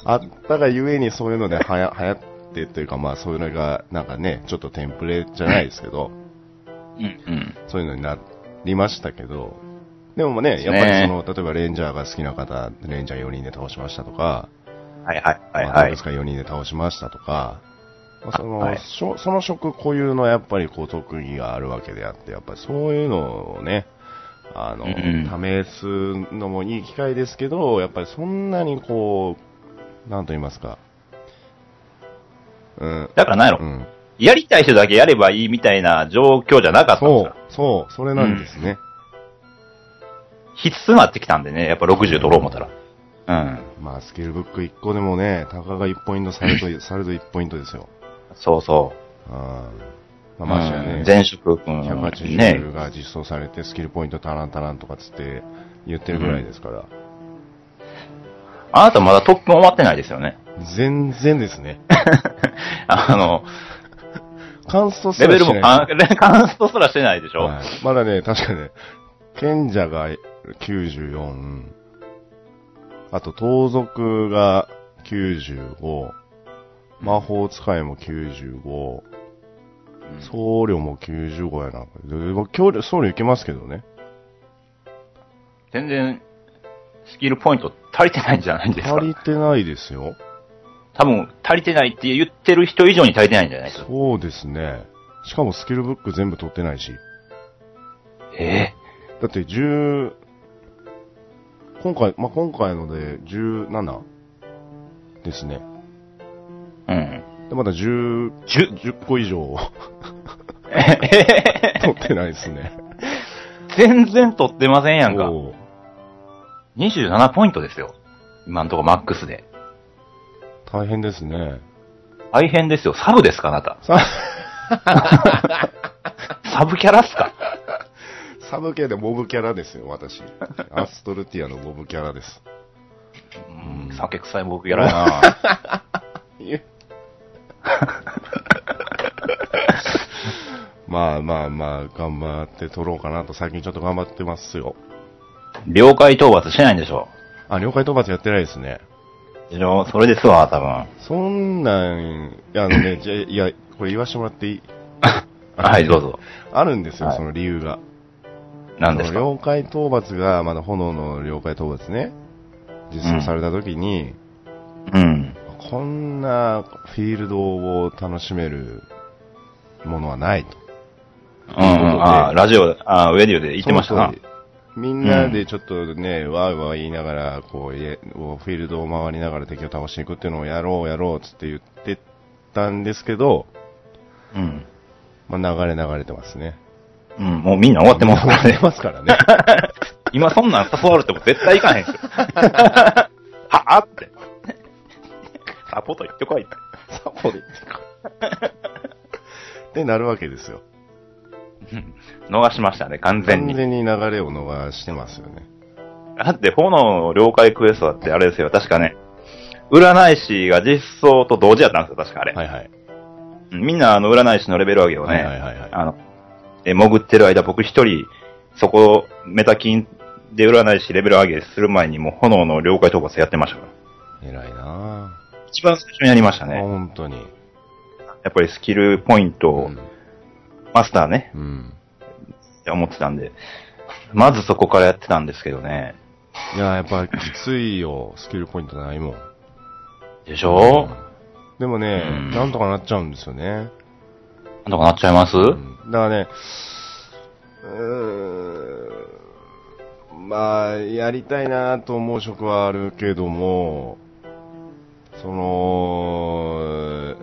Speaker 1: あったがゆえにそういうのではや流行ってというか、まあそういうのが、なんかね、ちょっとテンプレじゃないですけど、
Speaker 2: い。うん
Speaker 1: そういうのになりましたけど、でもね、や
Speaker 2: です
Speaker 1: っ
Speaker 2: ね
Speaker 1: ぱりその、例えばレンジャーが好きな方、レンジャー4人で倒しましたとか、
Speaker 2: うん。はいはいはい
Speaker 1: まあど
Speaker 2: は
Speaker 1: う
Speaker 2: い
Speaker 1: です。か4人で倒しましたとか、まあその、
Speaker 2: はい
Speaker 1: しょその職固有のやっぱりこう特技があるわけであって、やっぱりそういうのをね、あの、
Speaker 2: うんうん
Speaker 1: 試すのもいい機会ですけど、やっぱりそんなにこう、なんと言いますか、うん、
Speaker 2: だからなんや
Speaker 1: う
Speaker 2: ろ、
Speaker 1: ん、
Speaker 2: やりたい人だけやればいいみたいな状況じゃなかった
Speaker 1: そ
Speaker 2: んです
Speaker 1: う
Speaker 2: よ。、
Speaker 1: そう、それなんですね。
Speaker 2: 必須になってきたんでね、やっぱ60取ろう思ったら。うん。
Speaker 1: まあ、スキルブック1個でもね、たかが1ポイント、されど、されど1ポイントですよ。
Speaker 2: そうそう。
Speaker 1: あまあ、ましてや
Speaker 2: う
Speaker 1: ね
Speaker 2: ん、前職、うん、ね
Speaker 1: 180が実装されて、スキルポイント足らん足らんとかつって言ってるぐらいですから、
Speaker 2: あなたまだ特訓終わってないですよ ね。
Speaker 1: 全然です ね。
Speaker 2: あの、
Speaker 1: 感想す
Speaker 2: レ
Speaker 1: ら
Speaker 2: ベ
Speaker 1: し
Speaker 2: ルも
Speaker 1: ない
Speaker 2: カン、カンストすらしてないでしょ、
Speaker 1: はいまだね、確かね、賢者が94、あと盗賊が95、魔法使いも95、僧侶も95やな。で僕僧侶、僧侶いけますけどね。
Speaker 2: 全然、スキルポイント足りてないんじゃないですか
Speaker 1: 足りてないですよ。
Speaker 2: 多分、足りてないって言ってる人以上に足りてないんじゃないですか
Speaker 1: そうですね。しかもスキルブック全部取ってないし。
Speaker 2: え
Speaker 1: だって10、今回、まあ、今回ので17ですね。
Speaker 2: えうん。
Speaker 1: で、まだ10、
Speaker 2: 10
Speaker 1: 10個以 上
Speaker 2: え
Speaker 1: 取ってないですね。
Speaker 2: 全然取ってませんやんか。
Speaker 1: おう
Speaker 2: 27ポイントですよ。今んとこマックスで。
Speaker 1: 大変ですね。
Speaker 2: 大変ですよ。サブですかあなた。
Speaker 1: さ、
Speaker 2: サブキャラっすか
Speaker 1: サブ系でモブキャラですよ、私。アストルティアのモブキャラです。
Speaker 2: うん、酒臭い僕キャラやな。
Speaker 1: まあまあまあ、頑張って取ろうかなと、最近ちょっと頑張ってますよ。
Speaker 2: 了解討伐してないんでしょ
Speaker 1: あ、了解討伐やってないですね。
Speaker 2: でしょそれですわ、多分。
Speaker 1: そんなん、いや、あの ね、じゃいや、これ言わしてもらっていい
Speaker 2: はい、どうぞ。
Speaker 1: あるんですよ、
Speaker 2: はい
Speaker 1: その理由が。
Speaker 2: 何です
Speaker 1: あ
Speaker 2: か
Speaker 1: の了解討伐が、まだ炎の了解討伐ね、実装された時に、
Speaker 2: うん。
Speaker 1: こんなフィールドを楽しめるものはないと。
Speaker 2: うんうんうん、ああ、ラジオ、ああ、ウェディオで言ってました
Speaker 1: その
Speaker 2: な
Speaker 1: 通。りみんなでちょっとね、わーわー言いながら、こう、家をフィールドを回りながら敵を倒していくっていうのをやろうやろうっつって言ってたんですけど、
Speaker 2: うん。
Speaker 1: まあ、流れ流れてますね。
Speaker 2: うん、もうみんな終わってますから
Speaker 1: 流れ
Speaker 2: ね。
Speaker 1: ますから ね。
Speaker 2: 今そんなん誘われても絶対行 かへんすよ。はあって。サポート行ってこいって。
Speaker 1: サポでってなるわけですよ。
Speaker 2: 逃しましたね、完全
Speaker 1: 完
Speaker 2: に。
Speaker 1: 全に流れを逃してますよね。
Speaker 2: だって、炎の了解クエストだってあれですよ、確かね、占い師が実装と同時やったんですよ、確かあれ。
Speaker 1: はいはい。
Speaker 2: うんみんなあの占い師のレベル上げをね、
Speaker 1: はいはいはいはい
Speaker 2: あの、え潜ってる間僕一人、そこ、メタキンで占い師レベル上げする前にもう炎の了解討伐やってましたから。
Speaker 1: 偉いなぁ。
Speaker 2: 一番最初にやりました
Speaker 1: あ
Speaker 2: ね。
Speaker 1: 本当に。
Speaker 2: やっぱりスキルポイントを、マスターね、
Speaker 1: うん。
Speaker 2: って思ってたんで、まずそこからやってたんですけどね。
Speaker 1: いや、やっぱきついよ、スキルポイントないもん。
Speaker 2: でしょ、
Speaker 1: うんでもね、
Speaker 2: うん
Speaker 1: なんとかなっちゃうんですよね。
Speaker 2: なんとかなっちゃいます、
Speaker 1: うんだからね、うーん、まあ、やりたいなと思う職はあるけども、その、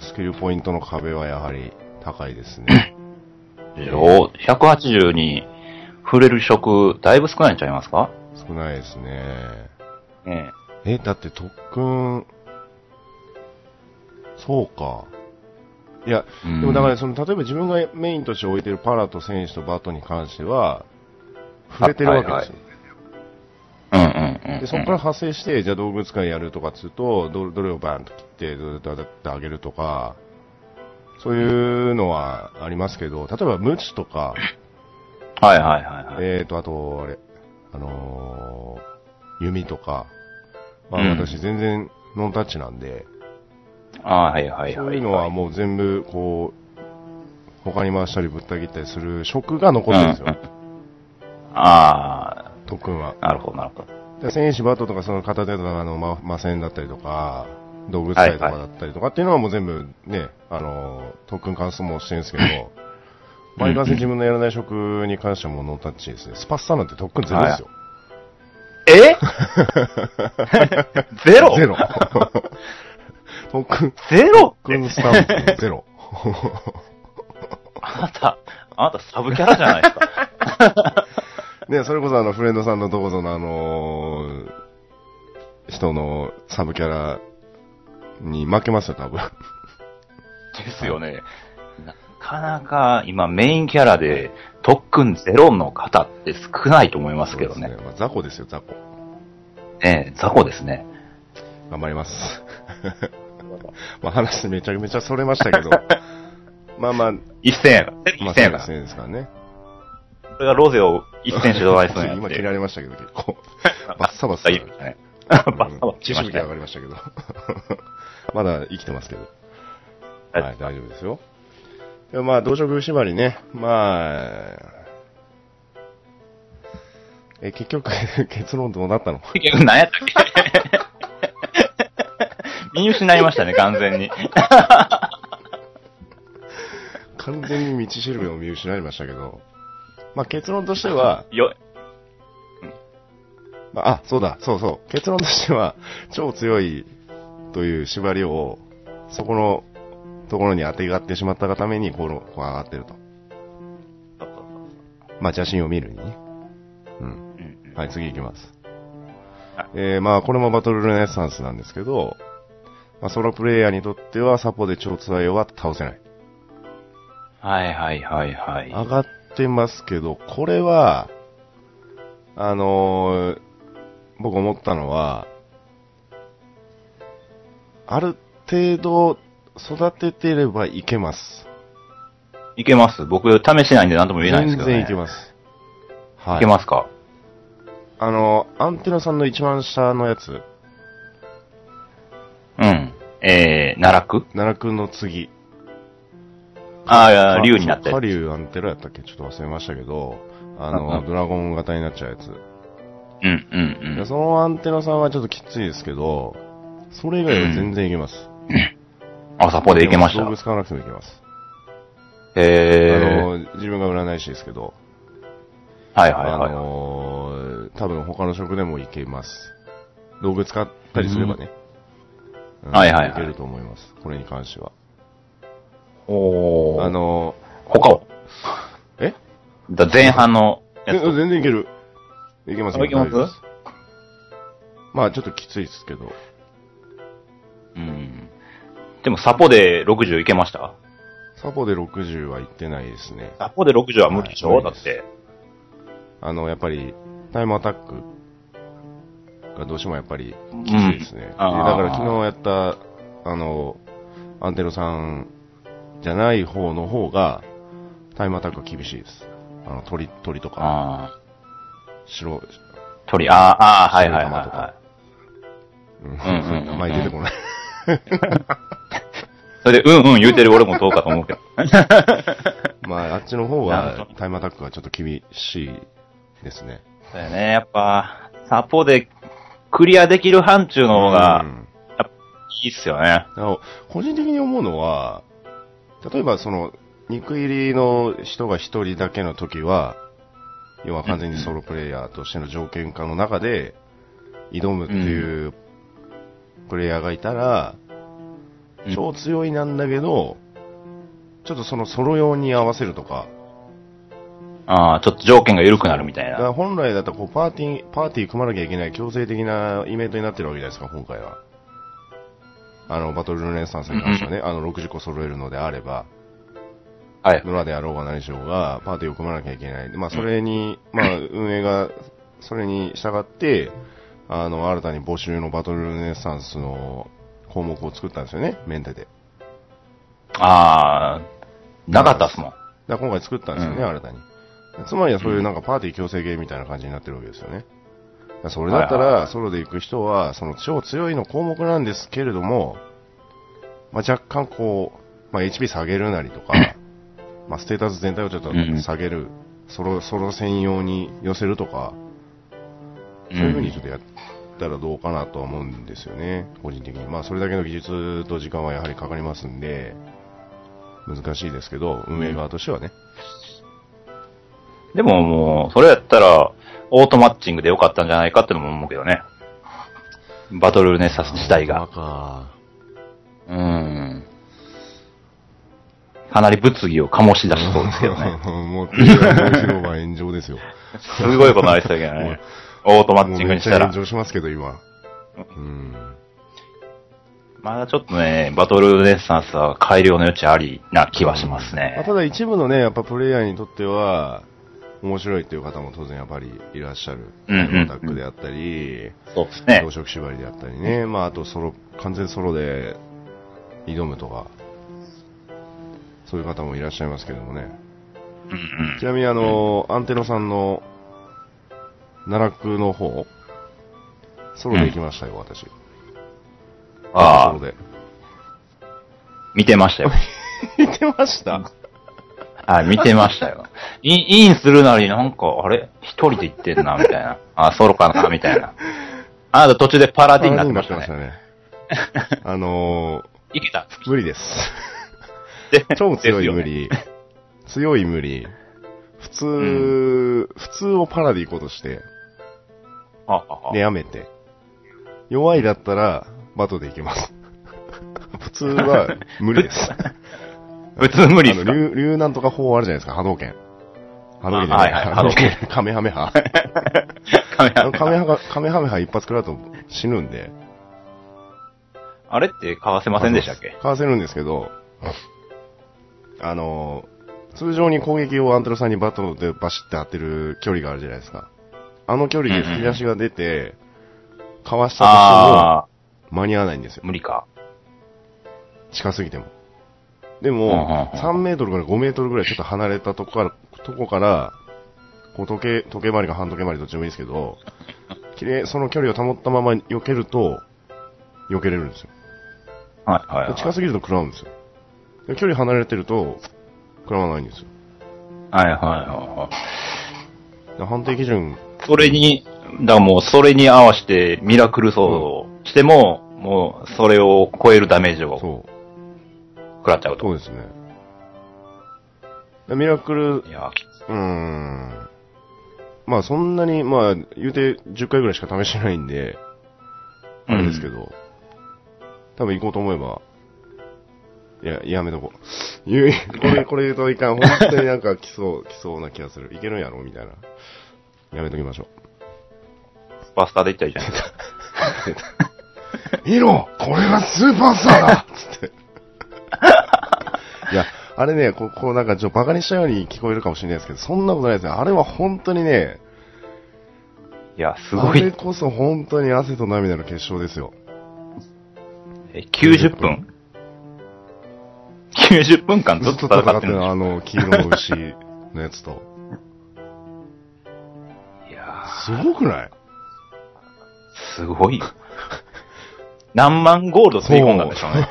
Speaker 1: スキルポイントの壁はやはり高いですね。
Speaker 2: でしょ ?180 に触れる職、だいぶ少ないんちゃいますか
Speaker 1: 少ないですね。
Speaker 2: ね
Speaker 1: え、だって特訓、そうか。いや、
Speaker 2: え。
Speaker 1: でもだから、その、例えば自分がメインとして置いてるパラと選手とバットに関しては、触れてるわけですよ。
Speaker 2: うんうんうん。
Speaker 1: で、そこから派生して、じゃあ道具使いやるとかっつうと、どどれをバーンと切って、どれだってあげるとか、そういうのはありますけど、例えば無知とか、
Speaker 2: はいはいはいはい。
Speaker 1: えーと、あと、あれ、あのー弓とか、ま
Speaker 2: う
Speaker 1: あ
Speaker 2: ん
Speaker 1: 私全然ノンタッチなんで、
Speaker 2: あーはいはいはい。
Speaker 1: そういうのはもう全部こう、他に回したりぶった切ったりする職が残ってるんですよ、
Speaker 2: あ
Speaker 1: 特訓は。
Speaker 2: あ、なるほどなるほど。
Speaker 1: で戦士バットとかその片手とかあの、ま、魔戦だったりとか、道具使いとかだったりとかっていうのはもう全部ね、あの、特訓関数もしてるんですけど、毎回自分のやらない職に関してはもうノータッチですね。スパッサなんて特訓ゼロですよ。
Speaker 2: えゼロ
Speaker 1: ゼロ。特訓、
Speaker 2: ゼロ
Speaker 1: 特訓スタンプゼロ。
Speaker 2: あなた、あなたサブキャラじゃないですか。
Speaker 1: ね、それこそあの、フレンドさんのどこぞのあのー人のサブキャラに負けますよ、多分。
Speaker 2: ですよね。なかなか今メインキャラで特訓ゼロの方って少ないと思いますけど
Speaker 1: そう
Speaker 2: ね
Speaker 1: で。すまあ、雑魚ですよ、雑魚。
Speaker 2: ええ、雑魚ですね。
Speaker 1: 頑張ります。まあ話めちゃめちゃそれました けど。まあまあ、
Speaker 2: 一戦やから。
Speaker 1: まあ、
Speaker 2: 一戦やから。
Speaker 1: そうですからね。
Speaker 2: それがロゼを一戦取材するんや
Speaker 1: 今
Speaker 2: っ
Speaker 1: 切
Speaker 2: て。
Speaker 1: られましたけど、結構。バッサバッサ。
Speaker 2: 大丈夫ですね。 バッサバッし
Speaker 1: 血し
Speaker 2: まし
Speaker 1: ぶき
Speaker 2: た
Speaker 1: 上
Speaker 2: よ。
Speaker 1: がりましたけど。 まだ生きてますけど。
Speaker 2: はい
Speaker 1: はい、大丈夫ですよ。でもまあ、同色縛りね。まあ、え、結局、 結論どうなったの
Speaker 2: 結局何やったっ け見失いましたね、完全に。
Speaker 1: 完全に道しるべを見失いましたけど。まあ結論としては、
Speaker 2: よ、
Speaker 1: まあ、あ、そうだ、そうそう。結論としては、 超強いという縛りを、そこのところに当てがってしまったがために、この、こう上がってると。まあ、写真を見るにね。うん。はい、次行きます
Speaker 2: はい。
Speaker 1: えー、まあ、これもバトルルネッサンスなんですけど、まあ、ソロプレイヤーにとっては、サポで超強いは倒せない。
Speaker 2: はいはいはいはい。
Speaker 1: 上がってますけど、これは、あのー僕思ったのは、ある程度育ててればいけます。
Speaker 2: いけます僕、試してないんで何とも言えないんです
Speaker 1: 全
Speaker 2: けど、ね。
Speaker 1: 然いけます。はい
Speaker 2: けますか
Speaker 1: あのーアンテナさんの一番下のやつ、
Speaker 2: うん。えー、奈落
Speaker 1: 奈良くんの次。
Speaker 2: ああ、竜になって
Speaker 1: ハ。リュウアンテラやったっけちょっと忘れましたけど、あ
Speaker 2: うん
Speaker 1: の
Speaker 2: う
Speaker 1: ー
Speaker 2: ん
Speaker 1: ドラゴン型になっちゃうやつ。
Speaker 2: うんう
Speaker 1: い
Speaker 2: んう
Speaker 1: や
Speaker 2: ん。
Speaker 1: そのアンテナさんはちょっときついですけど、それ以外は全然いけます。
Speaker 2: あ、サポでいけまし
Speaker 1: 動物
Speaker 2: た。
Speaker 1: 使わなくてもいけます。あ
Speaker 2: へえ。
Speaker 1: の自分が占い師ですけど、
Speaker 2: はいはいはい。
Speaker 1: あのー多分他の職でもいけます。道具使ったりすればね。うん
Speaker 2: はいはいはい
Speaker 1: けると思います。これに関しては。
Speaker 2: おー
Speaker 1: あ、の
Speaker 2: 他 を。
Speaker 1: ーえ
Speaker 2: だ前半のや
Speaker 1: え
Speaker 2: つと。
Speaker 1: 全然いける。いけます
Speaker 2: あいけます
Speaker 1: 大丈夫ですまあちょっときついですけど。
Speaker 2: うん。でも、サポで60いけました
Speaker 1: サポで60は行ってないですね。
Speaker 2: サポで60は無理でしょ、
Speaker 1: はい
Speaker 2: だって。
Speaker 1: あの、やっぱり、タイムアタックがどうしてもやっぱりきついですね。
Speaker 2: うん
Speaker 1: でだ
Speaker 2: あー
Speaker 1: から昨日やった、あの、アンテロさんじゃない方の方が、タイムアタックは厳しいです。あの、鳥、鳥とか、
Speaker 2: あ
Speaker 1: 白、
Speaker 2: あ。鳥、ああ、ああ、はいはいはい、
Speaker 1: 白い玉と
Speaker 2: は
Speaker 1: か
Speaker 2: い。
Speaker 1: うん、
Speaker 2: んうんうん
Speaker 1: 名前出てこない。
Speaker 2: それで、うんうん言うてる俺もどうかと思うけ ど。
Speaker 1: まあ、あっちの方
Speaker 2: なる
Speaker 1: は
Speaker 2: ほど
Speaker 1: タイムアタックがちょっと厳しいですね。
Speaker 2: そうやね、やっぱ、サポでクリアできる範疇の方
Speaker 1: う
Speaker 2: が
Speaker 1: ん
Speaker 2: いいっすよね。
Speaker 1: あの個人的に思うのは、例えばその、肉入りの人が一人だけの時は、要は完全にソロプレイヤーとしての条件下の中で、挑むっていうプレイヤーがいたら、
Speaker 2: うん
Speaker 1: 超強いなんだけど、ちょっとそのソロ用に合わせるとか、
Speaker 2: ああ、ちょっと条件が緩くなるみたい
Speaker 1: だ
Speaker 2: な。
Speaker 1: から本来だとこうパーティー、パーティー組まなきゃいけない強制的なイベントになってるわけじゃないですか、今回は。あの、バトルルネサンスに関してはね、あの、60個揃えるのであれば、
Speaker 2: はい。
Speaker 1: 野良であろうが何しようが、パーティーを組まなきゃいけない。でまあ、それに、まあ、運営が、それに従って、あの、新たに募集のバトルルネサンスの項目を作ったんですよね、メンテで。
Speaker 2: ああ、なかったっすもん。
Speaker 1: だから今回作ったんですよね、
Speaker 2: うん
Speaker 1: 新たに。つまりはそういうなんかパーティー強制ゲーみたいな感じになってるわけですよね。だからそれだった
Speaker 2: はいはいは
Speaker 1: ら、ソロで行く人は、その超強いの項目なんですけれども、まあ、若干こう、まあ、HP 下げるなりとか、 まあ、ステータス全体をちょっと
Speaker 2: うん
Speaker 1: 下げる、ソロ、ソロ専用に寄せるとか、そういうふうにちょっとやったらどうかなとは思うんですよね、個人的に。まあ、それだけの技術と時間はやはりかかりますんで、難しいですけど、運営側としてはね。
Speaker 2: でももう、それやったら、オートマッチングでよかったんじゃないかってのも思うけどね。バトルネサス自体
Speaker 1: あ
Speaker 2: が。
Speaker 1: か
Speaker 2: うん。かなり物議を醸し出しそうですけどね。
Speaker 1: もう、広場炎上 ですよ。
Speaker 2: すごいことありそうやけ どね。オートマッチングにした
Speaker 1: もうめっちゃ
Speaker 2: ら。
Speaker 1: 炎上しますけど、今。うん。
Speaker 2: まだちょっとね、バトルネサンスは改良の余地ありな気はします
Speaker 1: まあ
Speaker 2: ね。
Speaker 1: ただ一部のね、やっぱプレイヤーにとっては、面白いっていう方も当然やっぱりいらっしゃる。
Speaker 2: うんうんうん
Speaker 1: タックであったり、
Speaker 2: そうですね
Speaker 1: 同。色縛りであったりね。まあ、あとソロ、完全ソロで挑むとか、そういう方もいらっしゃいますけどもね。
Speaker 2: うんうん
Speaker 1: ちなみにあの、アンテロさんの、奈落の方、ソロで行きましたよ、私。
Speaker 2: あ
Speaker 1: ソ
Speaker 2: あ
Speaker 1: ロ、で。
Speaker 2: 見てましたよ。
Speaker 1: 行ってました
Speaker 2: はい、見てましたよ。イン、インするなり、なんか、あれ一人で行ってんな、みたいな。あ、ソロかな、みたいな。あなた途中でパラディになってました
Speaker 1: あ
Speaker 2: ね。
Speaker 1: れになって ましたねあの
Speaker 2: いけた。
Speaker 1: ー、無理 です。
Speaker 2: で
Speaker 1: 超強い無。
Speaker 2: ですよね
Speaker 1: 理。強い無理。普通、普通をパラで行こうとして、
Speaker 2: あああ
Speaker 1: で、やめて。弱いだったら、バトで行けます。 普通は、無理 です。
Speaker 2: 普通無理
Speaker 1: あ
Speaker 2: っ
Speaker 1: の、
Speaker 2: すか
Speaker 1: 竜、竜なんとか法あるじゃないですか、波動拳。波動拳じゃ
Speaker 2: あ
Speaker 1: な
Speaker 2: はいいはい
Speaker 1: 波動拳。カメハメハ。
Speaker 2: カメ
Speaker 1: あ
Speaker 2: ラ
Speaker 1: のカメハメハ、カメハメハ一発食らうと死ぬんで。
Speaker 2: あれって買わせませんでしたっけ
Speaker 1: かわせるんですけど、あの、通常に攻撃をアントロさんにバトルでバシッて当てる距離があるじゃないですか。あの距離で突き出しが出て、かわしたとして
Speaker 2: ああ、
Speaker 1: も間に合わないんですよ。
Speaker 2: 無理か。
Speaker 1: 近すぎても。で
Speaker 2: うんうん
Speaker 1: も、
Speaker 2: うん
Speaker 1: 3メートルから5メートルぐらいちょっと離れたとこから、とこから、こう時計、時計回りか半時計回りどっちでもいいですけど、綺麗、その距離を保ったまま避けると、避けれるんですよ。
Speaker 2: はいはい
Speaker 1: で
Speaker 2: はい。
Speaker 1: 近すぎると食らうんですよ。で距離離れてると、食らわないんですよ。
Speaker 2: はいはいはいはい。
Speaker 1: で判定基準、
Speaker 2: それに、だからもう、それに合わせてミラクルソードをしても、もう、それを超えるダメージを
Speaker 1: そう、
Speaker 2: 食らっちゃうと。
Speaker 1: そうですね。ミラクル
Speaker 2: いや、
Speaker 1: うーん。まあそんなに、まあ言うて10回ぐらいしか試してないんで、あれですけど、多分行こうと思えば、いや、やめとこう。言う、 これ、これ言うといかん。本当になんか来そう、来そうな気がする。いけるんやろみたいな。やめときましょ
Speaker 2: スパスターで行ったらいいじゃないですか。
Speaker 1: う。いろこれがスーパースターだつって。いや、あれね、ここうなんかちょっとバカにしたように聞こえるかもしれないですけど、そんなことないですよ。あれは本当にね、
Speaker 2: いや、すご
Speaker 1: あれ
Speaker 2: い。
Speaker 1: こそ本当に汗と涙の結晶ですよ。
Speaker 2: え90分 ?90 分間ず
Speaker 1: ず
Speaker 2: っ
Speaker 1: っと
Speaker 2: と戦
Speaker 1: 戦
Speaker 2: っ
Speaker 1: ってて
Speaker 2: るん
Speaker 1: る
Speaker 2: でし
Speaker 1: あ
Speaker 2: ょ
Speaker 1: の、黄色の牛のやつと。
Speaker 2: いや
Speaker 1: すごくない
Speaker 2: ーすごいよ。何万ゴールド吸い込んだんでしょう ね。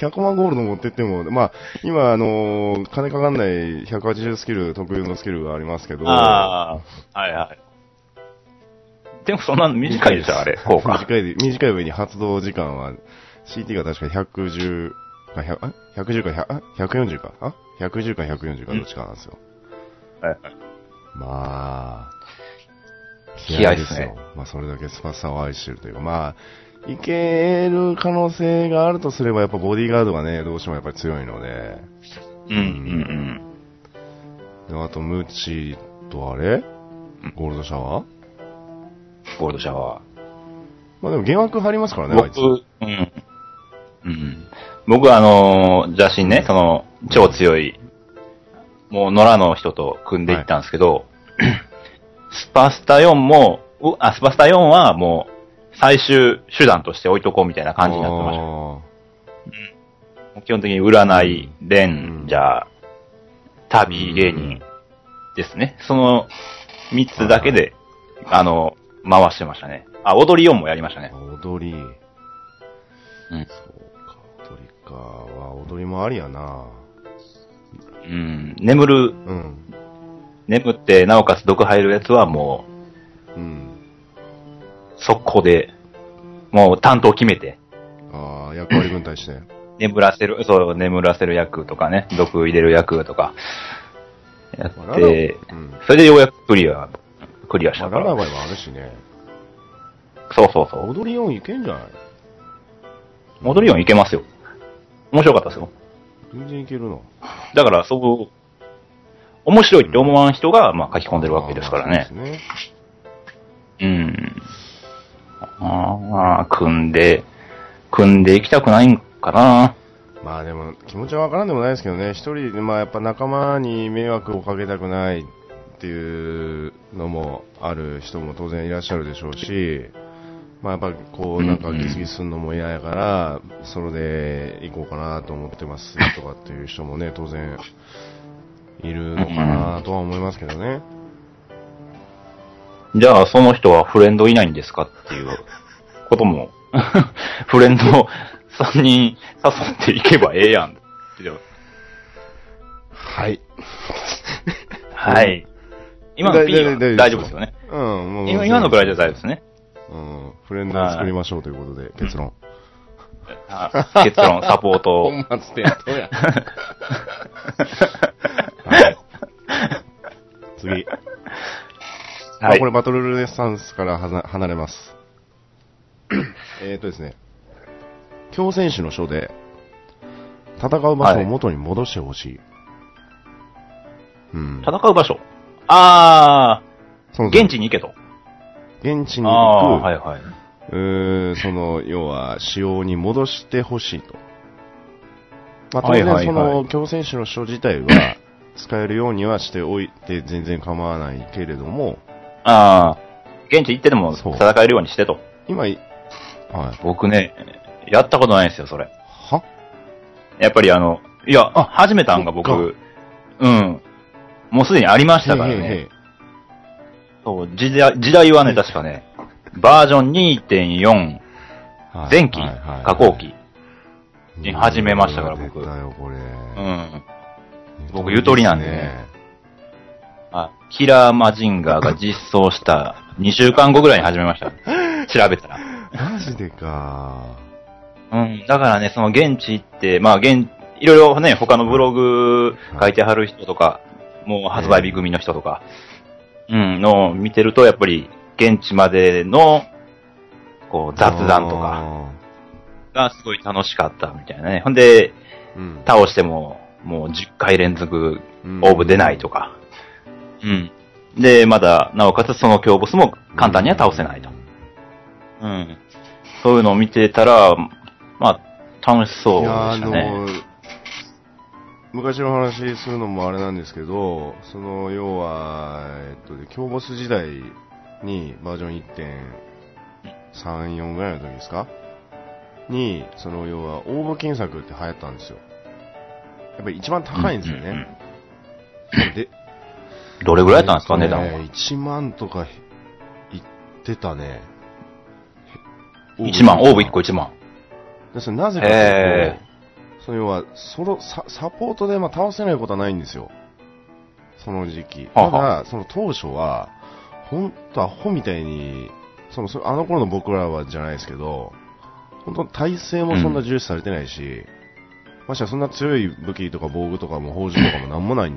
Speaker 1: 100万ゴールド持ってっても、まあ、今、あのー金かかんない180スキル特有のスキルがありますけど、
Speaker 2: ああ、はいはい。でもそんなの短いでし ょ、あれ、効果。
Speaker 1: 短いで、短い上に発動時間は、CT が確か110か100、あ110か100あ140か、あ ?110 か140かどっちかなんですよ。
Speaker 2: はい
Speaker 1: まあ、
Speaker 2: 気合いですね
Speaker 1: よ。まあ、それだけスパッサを愛してるというか、まあ、いける可能性があるとすれば、やっぱボディーガードがね、どうしてもやっぱり強いので、
Speaker 2: うんうん
Speaker 1: であと、ムチとあれゴールドシャワー
Speaker 2: うん。ゴールドシャワー。
Speaker 1: まあでも、幻惑張りますからね、あいつ。
Speaker 2: 僕、うん。うん。僕あのー、邪神ね、その、超強い、もう野良の人と組んでいったんですけど、スパスタ4も、うあ、スパスタ4はもう、最終手段として置いとこうみたいな感じになってました。
Speaker 1: あ
Speaker 2: もう基本的に占い、レンジャー、旅、芸人ですね。その3つだけで、あの、回してましたね。あ、踊り4もやりましたね。
Speaker 1: ー踊り。
Speaker 2: うん
Speaker 1: そうか、踊りか。わ踊りもありやな。
Speaker 2: うん。眠る、
Speaker 1: うん。
Speaker 2: 眠って、なおかつ毒入るやつはも
Speaker 1: うん。
Speaker 2: う、速攻で、もう担当決めて、
Speaker 1: ああ、役割分担 して。
Speaker 2: 眠らせる、そう、眠らせる役とかね、毒入れる役とか、や
Speaker 1: まあラ
Speaker 2: っ
Speaker 1: ラ
Speaker 2: て、
Speaker 1: うん。
Speaker 2: それでようやくクリア、クリアし
Speaker 1: まあ、
Speaker 2: たか
Speaker 1: ララ
Speaker 2: ら。
Speaker 1: バイもあるしね。
Speaker 2: そうそうそう。
Speaker 1: 踊り4いけんじゃない
Speaker 2: 戻り4いけますよ。面白かったですよ。
Speaker 1: 全然いけるの。
Speaker 2: だから、そう、面白いって思わん人が、まあ、書き込んでるわけですから
Speaker 1: あー
Speaker 2: ね
Speaker 1: そ。うですね。
Speaker 2: うん。ああ、組んで、組んでいきたくないんかな。
Speaker 1: まあでも、気持ちはわからんでもないですけどね、一人で、まあやっぱ仲間に迷惑をかけたくないっていうのもある人も当然いらっしゃるでしょうし、まあやっぱこ
Speaker 2: う
Speaker 1: う、
Speaker 2: ん
Speaker 1: なんかギスギスするのも嫌やから、ソロで行こうかなと思ってますとかっていう人もね、当然いるのかなとは思いますけどね。
Speaker 2: じゃあ、その人はフレンドいないんですかっていうことも、 フレンド3人誘っていけばええやん。
Speaker 1: はい。
Speaker 2: はい。 今の P は大丈夫ですよね。
Speaker 1: うん、もう
Speaker 2: 今今のぐらいで大丈夫です ね。
Speaker 1: うん、フレンドを作りましょうということで、結論。
Speaker 2: あ結論、サポートを。
Speaker 1: 本末転倒 や。次。ま
Speaker 2: は
Speaker 1: あ
Speaker 2: い
Speaker 1: これバトルルネサンスからはな離れ ます。えっとですね。強選手の書で、戦う場所を元に戻してほしい。うん。
Speaker 2: 戦う場所。あ
Speaker 1: そ
Speaker 2: あ、
Speaker 1: の
Speaker 2: 現地に行けと。
Speaker 1: 現地に行く、
Speaker 2: ああー、はいはいう
Speaker 1: ーんその、要は、使用に戻してほしいと。まあ、当
Speaker 2: はいはいはい
Speaker 1: 然、その、強選手の書自体は、使えるようにはしておいて全然構わないけれども、
Speaker 2: ああ、現地行ってでも
Speaker 1: そう
Speaker 2: 戦えるようにしてと。
Speaker 1: 今い、はい。
Speaker 2: 僕ね、やったことないんですよ、それ。
Speaker 1: は
Speaker 2: やっぱりあの、いや、
Speaker 1: あ
Speaker 2: 始めたんが
Speaker 1: そ
Speaker 2: 僕、うん。もうすでにありましたから
Speaker 1: へいへいへ
Speaker 2: ね。
Speaker 1: い
Speaker 2: そう時代時代はね、確かね、バージョン2.4、
Speaker 1: はい
Speaker 2: 前期、
Speaker 1: はいはいはい
Speaker 2: 加工期。に始めましたから
Speaker 1: うん
Speaker 2: 僕
Speaker 1: 出たよ、これ。
Speaker 2: うん。僕
Speaker 1: ゆとり
Speaker 2: ゆとりなんでね。あ、キラーマジンガーが実装した2週間後ぐらいに始めました。調べたら。
Speaker 1: マジでか。
Speaker 2: うん。だからね、その現地行って、まあ現、いろいろね、他のブログ書いてはる人とか、もう発売日組の人とか、うん、のを見てると、やっぱり、現地までの、こう、雑談とかがすごい楽しかったみたいなね。ほんで、
Speaker 1: うん、
Speaker 2: 倒しても、もう10回連続オーブ出ないとか。うん。で、まだ、なおかつその強ボスも簡単には倒せないと。うん。そういうのを見てたら、まあ、楽しそう
Speaker 1: い
Speaker 2: で
Speaker 1: やーあ
Speaker 2: したね。
Speaker 1: のー昔の話するのもあれなんですけど、その要は、えっとね、京ボス時代にバージョン1.3、4ぐらいの時ですかに、その要は応募検索って流行ったんですよ。やっぱり一番高いんですよ
Speaker 2: う
Speaker 1: ね。で、
Speaker 2: うんどれぐらいだったんですか、
Speaker 1: えっと
Speaker 2: 値段
Speaker 1: ね
Speaker 2: は。
Speaker 1: 1万とかいってたね。
Speaker 2: 1万、オーブ1個1万。
Speaker 1: でそれなぜかという
Speaker 2: へ
Speaker 1: と、それはソロササポートでまあ倒せないことはないんですよ、その時期。
Speaker 2: はあ
Speaker 1: た
Speaker 2: は
Speaker 1: だ、その当初は、本当、アホみたいにそのそあの頃の僕らはじゃないですけど、本当、体勢もそんな重視されてないし、ましてやそんな強い武器とか防具とかも砲銃とかもなんもない、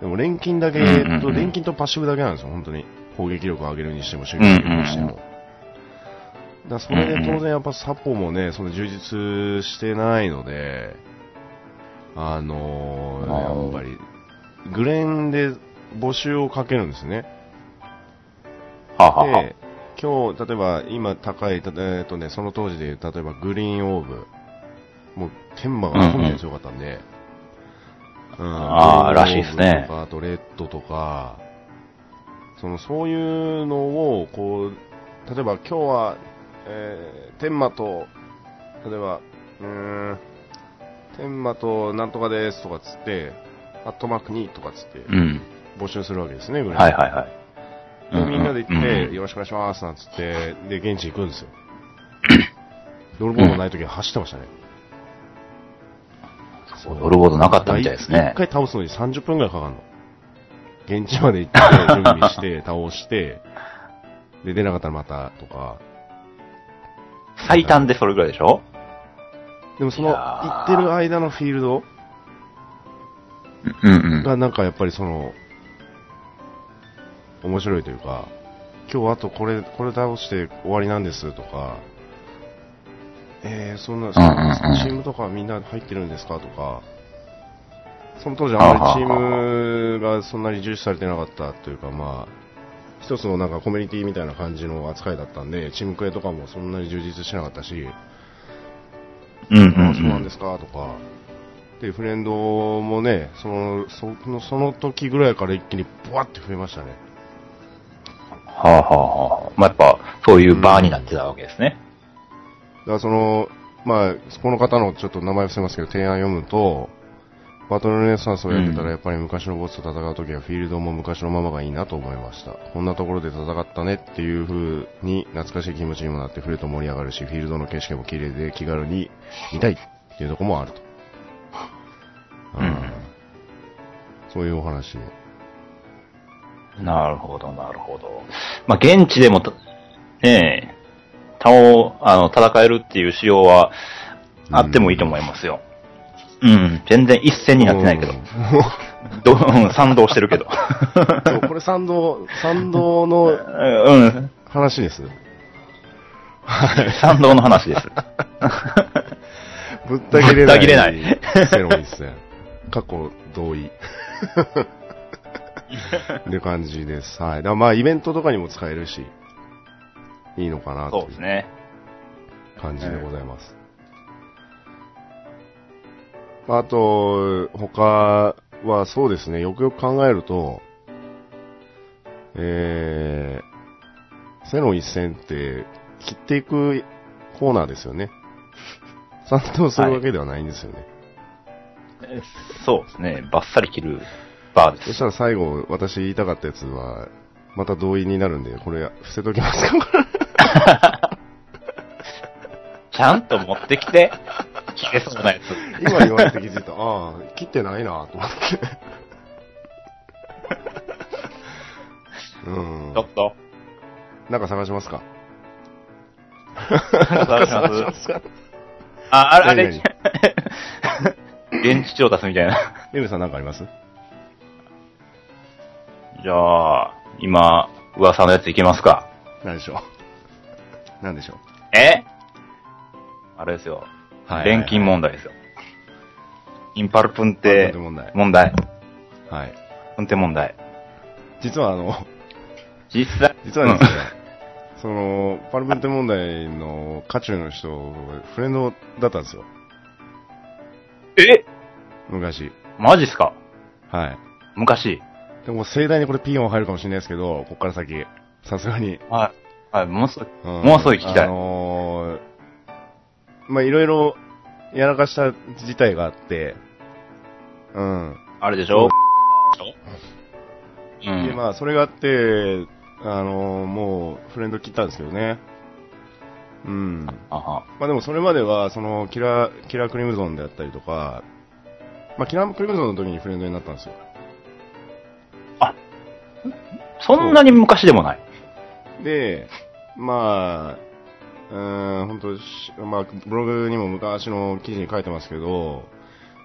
Speaker 1: でも錬金だけ、
Speaker 2: うんうんうん
Speaker 1: と錬金とパッシブだけなんですよ、本当に。砲撃力を上げるにしても、守備力を上げるにしても。
Speaker 2: うん
Speaker 1: だからそれで当然やっぱサポもね、その充実してないので、あのー
Speaker 2: あー
Speaker 1: やっぱり、グレンで募集をかけるんですね。
Speaker 2: はあ、はあはあ、
Speaker 1: で、今日、例えば今高い、たえっとね、その当時で言う、例えばグリーンオーブ、もう天馬が本当に強かったんで、うん
Speaker 2: あーらしいですね
Speaker 1: グリーンオーブとかあとレッドとか、そのそういうのを、こう、例えば今日は、えー天馬と、例えば、うーん、天馬となんとかですとかつって、アットマーク2とかつって
Speaker 2: うん。
Speaker 1: 募集するわけですね、グリーンオーブ
Speaker 2: はいはいは
Speaker 1: で
Speaker 2: い。
Speaker 1: みんなで行
Speaker 2: う
Speaker 1: っ
Speaker 2: んうん
Speaker 1: て、よろしくお願いしますなんつって、で、現地行くんですよ。 ドルボードない時は走ってましたね。
Speaker 2: そうドルボードなかったみたいですね
Speaker 1: 一。回倒すのに30分ぐらいかかるの。現地まで行って、準備 して、倒して、で、出なかったらまた、とか。
Speaker 2: 最短でそれぐらいでしょ
Speaker 1: でもその、
Speaker 2: いや
Speaker 1: 行
Speaker 2: ー
Speaker 1: ってる間のフィールド
Speaker 2: うんうん。
Speaker 1: がなんかやっぱりその、面白いというか、今日あとこれ、これ倒して終わりなんですとか、えー、そんな、
Speaker 2: うんうん
Speaker 1: チームとかみんな入ってるんですかとか、その当時あんまりチームがそんなに重視されてなかったというか、まあ、一つのなんかコミュニティみたいな感じの扱いだったんで、チームクエとかもそんなに充実してなかったし、
Speaker 2: うんうん
Speaker 1: あそうなん
Speaker 2: うん
Speaker 1: ですかとか、でフレンドもねそのその、その時ぐらいから一気にぶわって増えましたね。
Speaker 2: はあはあはあ。まあ、やっぱ、そういうバーになってたわけですね。
Speaker 1: だからその、まあ、この方のちょっと名前伏せますけど、提案読むと、バトルレネサンスをやってた
Speaker 2: うん
Speaker 1: ら、やっぱり昔のボスと戦う時は、フィールドも昔のままがいいなと思いました。こんなところで戦ったねっていう風に、懐かしい気持ちにもなって、フレート盛り上がるし、フィールドの景色も綺麗で気軽に見たいっていうところもあると。
Speaker 2: うん
Speaker 1: あーそういうお話を。
Speaker 2: なるほど、なるほど。まあ、現地でもた、ねえ、たお、あの、戦えるっていう仕様は、あってもいいと思いますよ。うん、全然一線になってないけど
Speaker 1: うん。
Speaker 2: どうん賛同してる けど。
Speaker 1: そうこれ賛同、賛同の
Speaker 2: うん、
Speaker 1: 話です。
Speaker 2: 賛同の話 です。
Speaker 1: ぶった切れない。
Speaker 2: ぶった切れない。
Speaker 1: セロン一戦。過去同意。って感じです。はい。だからまあ、イベントとかにも使えるし、いいのかな
Speaker 2: そう
Speaker 1: と
Speaker 2: で
Speaker 1: い
Speaker 2: す
Speaker 1: う
Speaker 2: ね。
Speaker 1: 感じでございます。あと、他はそうですね、よくよく考えると、えー、セロン一戦って切っていくコーナーですよね。 賛同するわけではないんですよね。
Speaker 2: そうですね。バッサリ切るバーで
Speaker 1: そし
Speaker 2: す。
Speaker 1: たら最後、私言いたかったやつは、また同意になるんで、これ伏せときますか
Speaker 2: ちゃんと持ってきて、切れそうなやつ。
Speaker 1: 今言われて気づいた。ああ、切ってないなと思って。うん
Speaker 2: ちょ。っと。
Speaker 1: なんか探しますか
Speaker 2: あ、あれ、あれ、 現地調達みたいな。
Speaker 1: エミさんなんかあります
Speaker 2: じゃあ、今、噂のやついきますか。
Speaker 1: 何でしょう何でしょう
Speaker 2: えあれですよ。
Speaker 1: はい
Speaker 2: 錬金問題ですよ。インパルプン
Speaker 1: で
Speaker 2: テ
Speaker 1: 問題。
Speaker 2: 問題。
Speaker 1: はい。
Speaker 2: プンテ問題。
Speaker 1: 実はあの、
Speaker 2: 実際、
Speaker 1: 実はですね、その、パルプンテ問題の渦中の人、フレンドだったんですよ。
Speaker 2: うんえ
Speaker 1: 昔。
Speaker 2: マジっすか
Speaker 1: はい。
Speaker 2: 昔。
Speaker 1: でも盛大にこれピンを入るかもしれないですけど、こっから先、さすがに。
Speaker 2: はい。はい、もうすぐ、
Speaker 1: うん
Speaker 2: もうすぐ聞きたい
Speaker 1: あのー、まあ、いろいろ、やらかした事態があって、うん。
Speaker 2: あれでしょう
Speaker 1: で、
Speaker 2: ん。
Speaker 1: まあ、それがあって、あのーもう、フレンド切ったんですけどね。うん。
Speaker 2: あは
Speaker 1: まあでも、それまでは、その、キラ、キラークリムゾンであったりとか、まあ、キラークリムゾンの時にフレンドになったんですよ。
Speaker 2: そんなに昔でもない。
Speaker 1: で、まあ、うーん、本当しまあ、ブログにも昔の記事に書いてますけど、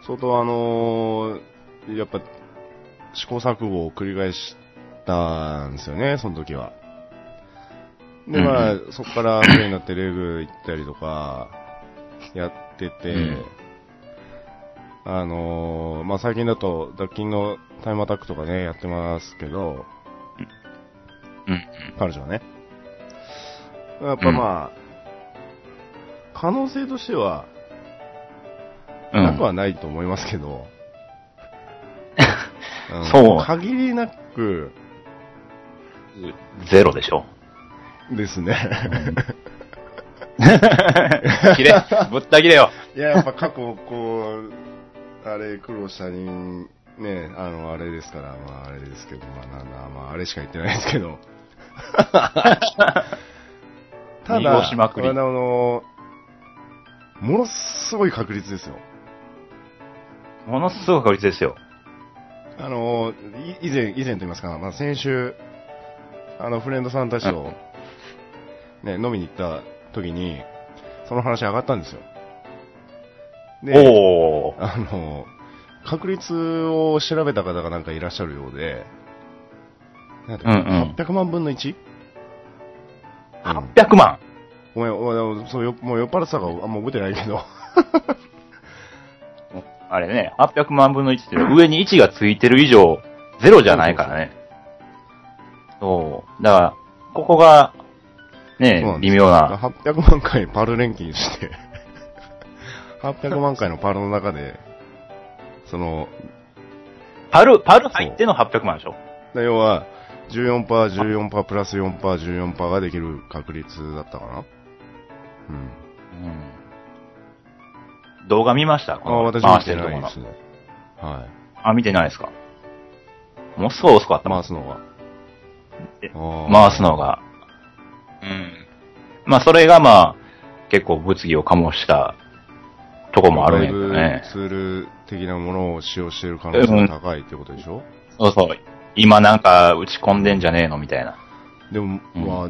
Speaker 1: 相当あのーやっぱ、試行錯誤を繰り返したんですよね、その時は。で、まあ、そこからプレイになってレグ行ったりとか、やってて、
Speaker 2: うん
Speaker 1: あのーまあ最近だと、脱菌のタイムアタックとかね、やってますけど、
Speaker 2: うん。
Speaker 1: 彼女はね。やっぱまあ、可能性としては、
Speaker 2: う
Speaker 1: なく
Speaker 2: ん。
Speaker 1: はないと思いますけ ど、ん
Speaker 2: そう
Speaker 1: 限りなく
Speaker 2: ゼロでしょ。
Speaker 1: ですね。
Speaker 2: 切れ、ぶった切れよ。
Speaker 1: いや、やっぱ過去、こう、あれ、苦労した人、ね、あの、あれですから、まあ、あれですけど、まあ、なんだ、まあ、あれしか言ってないですけ ど。た
Speaker 2: 濁
Speaker 1: だ、
Speaker 2: しまくり
Speaker 1: あの、ものすごい確率ですよ。
Speaker 2: ものすごく確率ですよ。
Speaker 1: あの、い以前、以前と言いますか、まあ、先週、あの、フレンドさんたちと、ね、飲みに行った時に、その話上がったんですよ。で、
Speaker 2: おー。
Speaker 1: あの、確率を調べた方がなんかいらっしゃるようで、なんていう
Speaker 2: うん
Speaker 1: の
Speaker 2: うん。
Speaker 1: 100万分の 1? うん
Speaker 2: 800万。
Speaker 1: ごめん、お前そうよもう酔っ払ってたからあんま覚えてないけど。
Speaker 2: あれね、800万分の1っていうのは上に1がついてる以上、ゼロじゃないからね。そう。だから、ここが、
Speaker 1: そうな
Speaker 2: ね、
Speaker 1: んで
Speaker 2: 微
Speaker 1: す
Speaker 2: 妙な。
Speaker 1: 800万回パル錬金して、800万回のパルの中で、その、
Speaker 2: パル、パル入っての800万でしょ
Speaker 1: で要は、14%、14%、プラス4%、14%ができる確率だったかなうん。
Speaker 2: うん。動画見ましたこ
Speaker 1: あ、
Speaker 2: の
Speaker 1: 私
Speaker 2: 回
Speaker 1: 見
Speaker 2: して
Speaker 1: て
Speaker 2: るとこ
Speaker 1: ない
Speaker 2: ろの
Speaker 1: ですね。は
Speaker 2: あ、見てないですかもうすごい遅かっ
Speaker 1: い。
Speaker 2: たもん。
Speaker 1: 回すのが。
Speaker 2: え
Speaker 1: あー
Speaker 2: 回すのが。うん。まあ、それがまあ、結構物議を醸したとこもあるんやけど
Speaker 1: だいぶ
Speaker 2: ね。
Speaker 1: ツール的なものを使用している可能性が高いってことでしょ、
Speaker 2: そうそう。今なんか打ち込んでんじゃねえのみたいな。
Speaker 1: でも、
Speaker 2: うん
Speaker 1: まあ、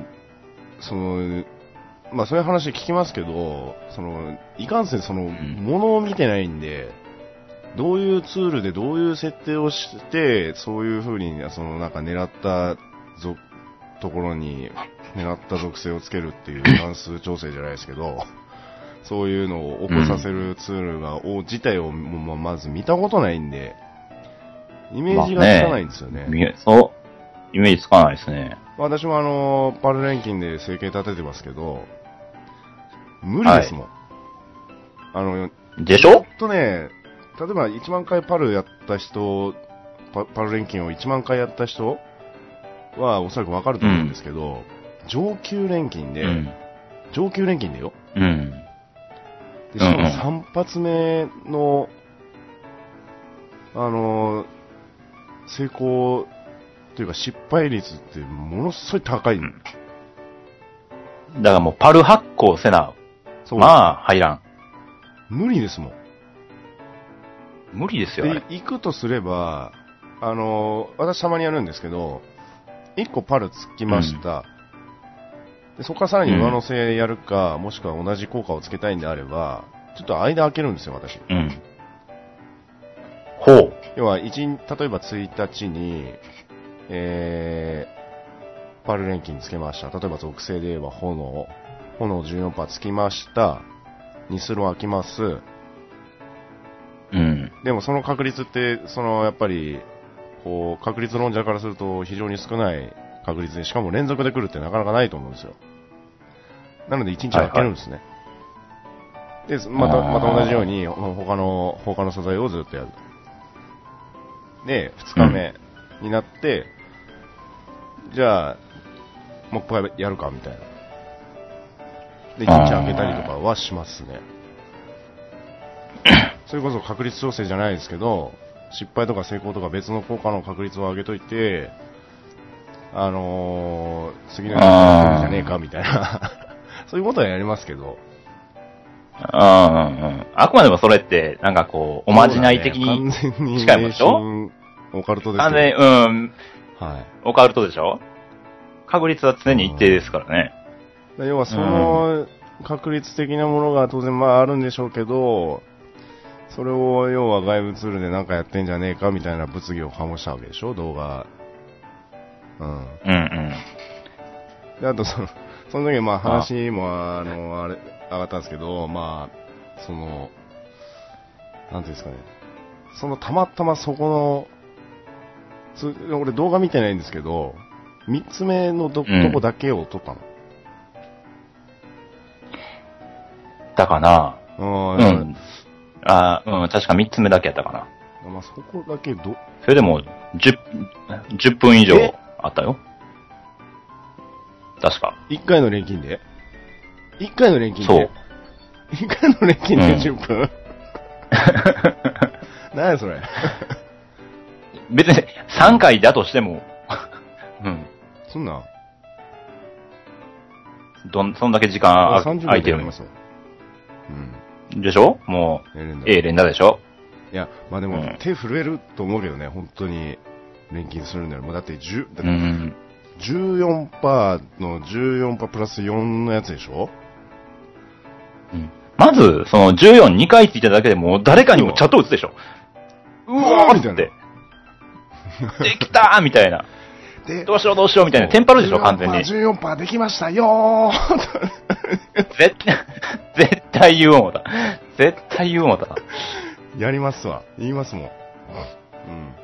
Speaker 1: その、まあそういう話聞きますけど、その、いかんせんその、
Speaker 2: ん
Speaker 1: ものを見てないんで、どういうツールでどういう設定をして、そういう風に、そのなんか狙ったぞ、ところに、狙った属性をつけるって いう関数調整じゃないですけど、そういうのを起こさせるツールが、を自体をもうまず見たことないんで、イメージがつかないんですよね。
Speaker 2: みそう。イメージつかないですね。
Speaker 1: 私もあの、パル錬金で生計立ててますけど、無理ですもん。あの、
Speaker 2: でしょ
Speaker 1: ほんとね、例えば1万回パルやった人、パパル錬金を1万回やった人はおそらくわかると思うんですけど、上級錬金
Speaker 2: う
Speaker 1: で、
Speaker 2: ん。
Speaker 1: 上級錬金でよ。
Speaker 2: うん。
Speaker 1: で、しか
Speaker 2: うんう
Speaker 1: も
Speaker 2: ん
Speaker 1: 3発目の、あの、成功というか失敗率ってものすごい高い。
Speaker 2: んだからもうパル発行せな。
Speaker 1: そう
Speaker 2: まあ、入らん。
Speaker 1: 無理ですもん。
Speaker 2: 無理ですよ、あ
Speaker 1: で
Speaker 2: れ。、
Speaker 1: 行くとすれば、あの、私たまにやるんですけど、1個パルつきました。でそこからさらに上乗せやるか、もしくは同じ効果をつけたいんであれば、ちょっと間開けるんですよ、私。
Speaker 2: うん。
Speaker 1: 要は、一日、例えば1日に、えー、パル錬金つけました。例えば属性で言えば炎、炎14%つきました。ニスロ開きます。
Speaker 2: うん。
Speaker 1: でもその確率って、そのやっぱり、こう、確率論者からすると非常に少ない確率で、しかも連続で来るってなかなかないと思うんですよ。なので1日空けるんですね。で、また、
Speaker 2: あー
Speaker 1: また同じように、他の、他の素材をずっとやる。で、2日目になって、じゃあ、もう一回やるか、みたいな。で、1日空けたりとかはします ね。それこそ確率調整じゃないですけど、失敗とか成功とか別の効果の確率を上げといて、あのー、次の人が来るんじゃねえかみたい な、そういうことはやりますけど、
Speaker 2: あーうんうんあくまでもそれって、なんかこう、おまじない的に、
Speaker 1: そうだね完全に
Speaker 2: 近いもんでしょ
Speaker 1: 迷信オカルトです
Speaker 2: 完
Speaker 1: けど
Speaker 2: 全に、うん、
Speaker 1: はい。
Speaker 2: オカルトでしょ確率は常に一定ですからね。
Speaker 1: だから要はその確率的なものが当然まああるんでしょうけど、それを要は外部ツールでなんかやってんじゃねえかみたいな物議を醸したわけでしょ、動画。うん。
Speaker 2: うんうん。
Speaker 1: で、あとその、その時まあ話も、あの、あれ、上がったんですけど、まあ、その、なんていうんですかね、そのたまたまそこの、つ俺動画見てないんですけど、三つ目のど、
Speaker 2: うん
Speaker 1: どこだけを撮った
Speaker 2: だかな。
Speaker 1: の。
Speaker 2: う。ん。あーうん、確か三つ目だけやったかな。
Speaker 1: まあそこだけど、
Speaker 2: それでも、10、10分以上
Speaker 1: え
Speaker 2: あったよ。確か。
Speaker 1: 一回の錬金で一回の錬金
Speaker 2: そう
Speaker 1: で。一回の錬金で
Speaker 2: うん
Speaker 1: 10分、何やそ れ。
Speaker 2: 別に、3回だとしても、 うん。
Speaker 1: そんなん
Speaker 2: どん、そんだけ時間あ
Speaker 1: 30秒
Speaker 2: 空いて
Speaker 1: でや
Speaker 2: る
Speaker 1: りま
Speaker 2: ん
Speaker 1: すよ。うん。
Speaker 2: でしょも
Speaker 1: やれるんだ
Speaker 2: う、ええ、連打でしょ
Speaker 1: いや、まあでも、
Speaker 2: うん
Speaker 1: 手震えると思うけどね、本当に、錬金するんだよ。もうだって10、だ
Speaker 2: う
Speaker 1: って
Speaker 2: ん。
Speaker 1: 14%の14%プラス4のやつでしょ
Speaker 2: うんまず、その14、2回ついただけでもう誰かにもチャット打つでしょ。う
Speaker 1: わ
Speaker 2: わ
Speaker 1: ー
Speaker 2: ー
Speaker 1: み
Speaker 2: み
Speaker 1: た
Speaker 2: た
Speaker 1: い
Speaker 2: い
Speaker 1: な
Speaker 2: な。できたーみたいな。
Speaker 1: で
Speaker 2: どうしようどうしようみたいな。テンパるでしょ、完全に。
Speaker 1: 14%, 14できましたよー
Speaker 2: 絶対、 絶対言う思った。絶対言う思った。
Speaker 1: やりますわ。言いますもん。う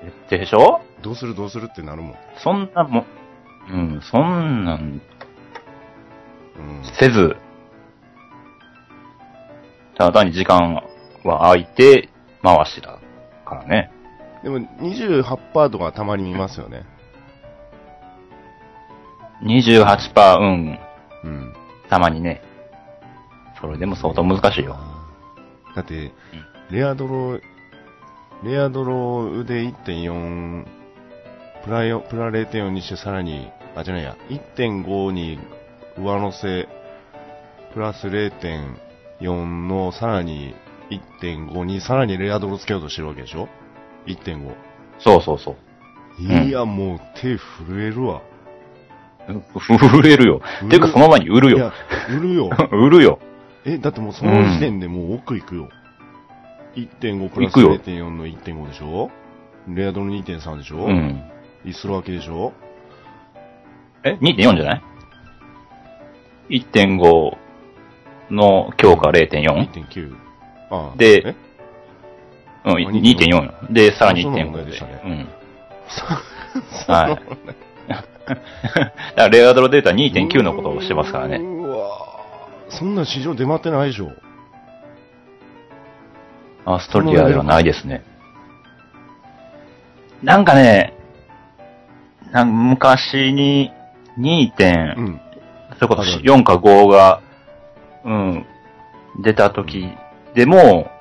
Speaker 1: ん。
Speaker 2: でしょ
Speaker 1: どうするどうするってなるもん。
Speaker 2: そんなもん、うん、そんな
Speaker 1: う
Speaker 2: ん
Speaker 1: ん。
Speaker 2: せず、ただ単に時間は空いて回してたからね。
Speaker 1: でも28%とかたまに見ますよね。
Speaker 2: 28%、うん、
Speaker 1: うん。
Speaker 2: たまにね。それでも相当難しいよ。
Speaker 1: だって、レアドロ、レアドロで1.4、プラよプラ0.4にしてさらに、あ、じゃないや、1.5に上乗せ、プラス0.4のさらに1.5にさらにレアドロつけようとしてるわけでしょ ?1.5。
Speaker 2: そうそうそう。うん
Speaker 1: いや、もう手震えるわ。
Speaker 2: 震えるよ。ていうかその前に売る
Speaker 1: い
Speaker 2: よ
Speaker 1: や。、売るよ。
Speaker 2: 売るよ。
Speaker 1: え、だってもうその時点でもう奥行くよ。1.5プラス
Speaker 2: 行くよ
Speaker 1: 0.4の1.5でしょレアドの2.3でしょ、
Speaker 2: うん。
Speaker 1: イスロアキでしょ
Speaker 2: え ?2.4 じゃない ?1.5 の強化 0.4?
Speaker 1: ?1.9。ああ
Speaker 2: で
Speaker 1: え
Speaker 2: うん、2.4よ。で、さらに
Speaker 1: あそうなの
Speaker 2: 1.5
Speaker 1: で
Speaker 2: で。
Speaker 1: したね
Speaker 2: うん。 はい。だから、レアドロデータ2.9のことをしてますからね。
Speaker 1: うわぁそんな市場出回ってないでしょ
Speaker 2: アストリアではないですね。なんかね、なん昔に2点、
Speaker 1: うん。
Speaker 2: それこ
Speaker 1: あるあ
Speaker 2: そ
Speaker 1: る
Speaker 2: 4か5が、うん、出た時でも、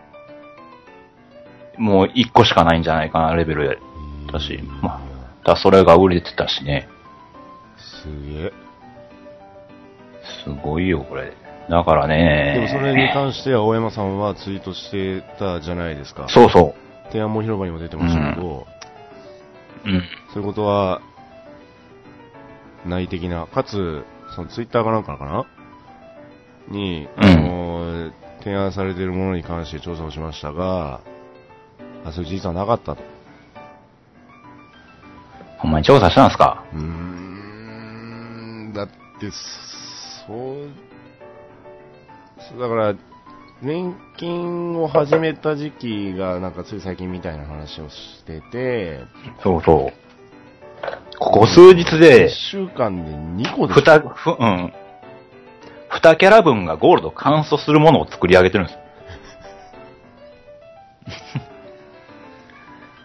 Speaker 2: もう1個しかないんじゃないかな、レベルだし。まあ、だからそれが売れてたしね。
Speaker 1: すげえ。
Speaker 2: すごいよ、これ。だからね。
Speaker 1: でもそれに関しては、大山さんはツイートしてたじゃないですか。
Speaker 2: そうそ
Speaker 1: 天安門広場にも出てましたけど、
Speaker 2: う。うん。
Speaker 1: そういうことは、内的な、かつ、そのツイッターかなんかかなに、
Speaker 2: うん
Speaker 1: あの、提案されているものに関して調査をしましたが、あ、そういう事実はなかったと。
Speaker 2: ほんまに調査したんすか
Speaker 1: うーん、だって、そう、そうだから、年金を始めた時期が、なんかつい最近みたいな話をしてて、
Speaker 2: そうそう。ここ数日で
Speaker 1: 1、週間で2個で
Speaker 2: ふた、ふ、うん。二キャラ分がゴールド乾燥するものを作り上げてるんです。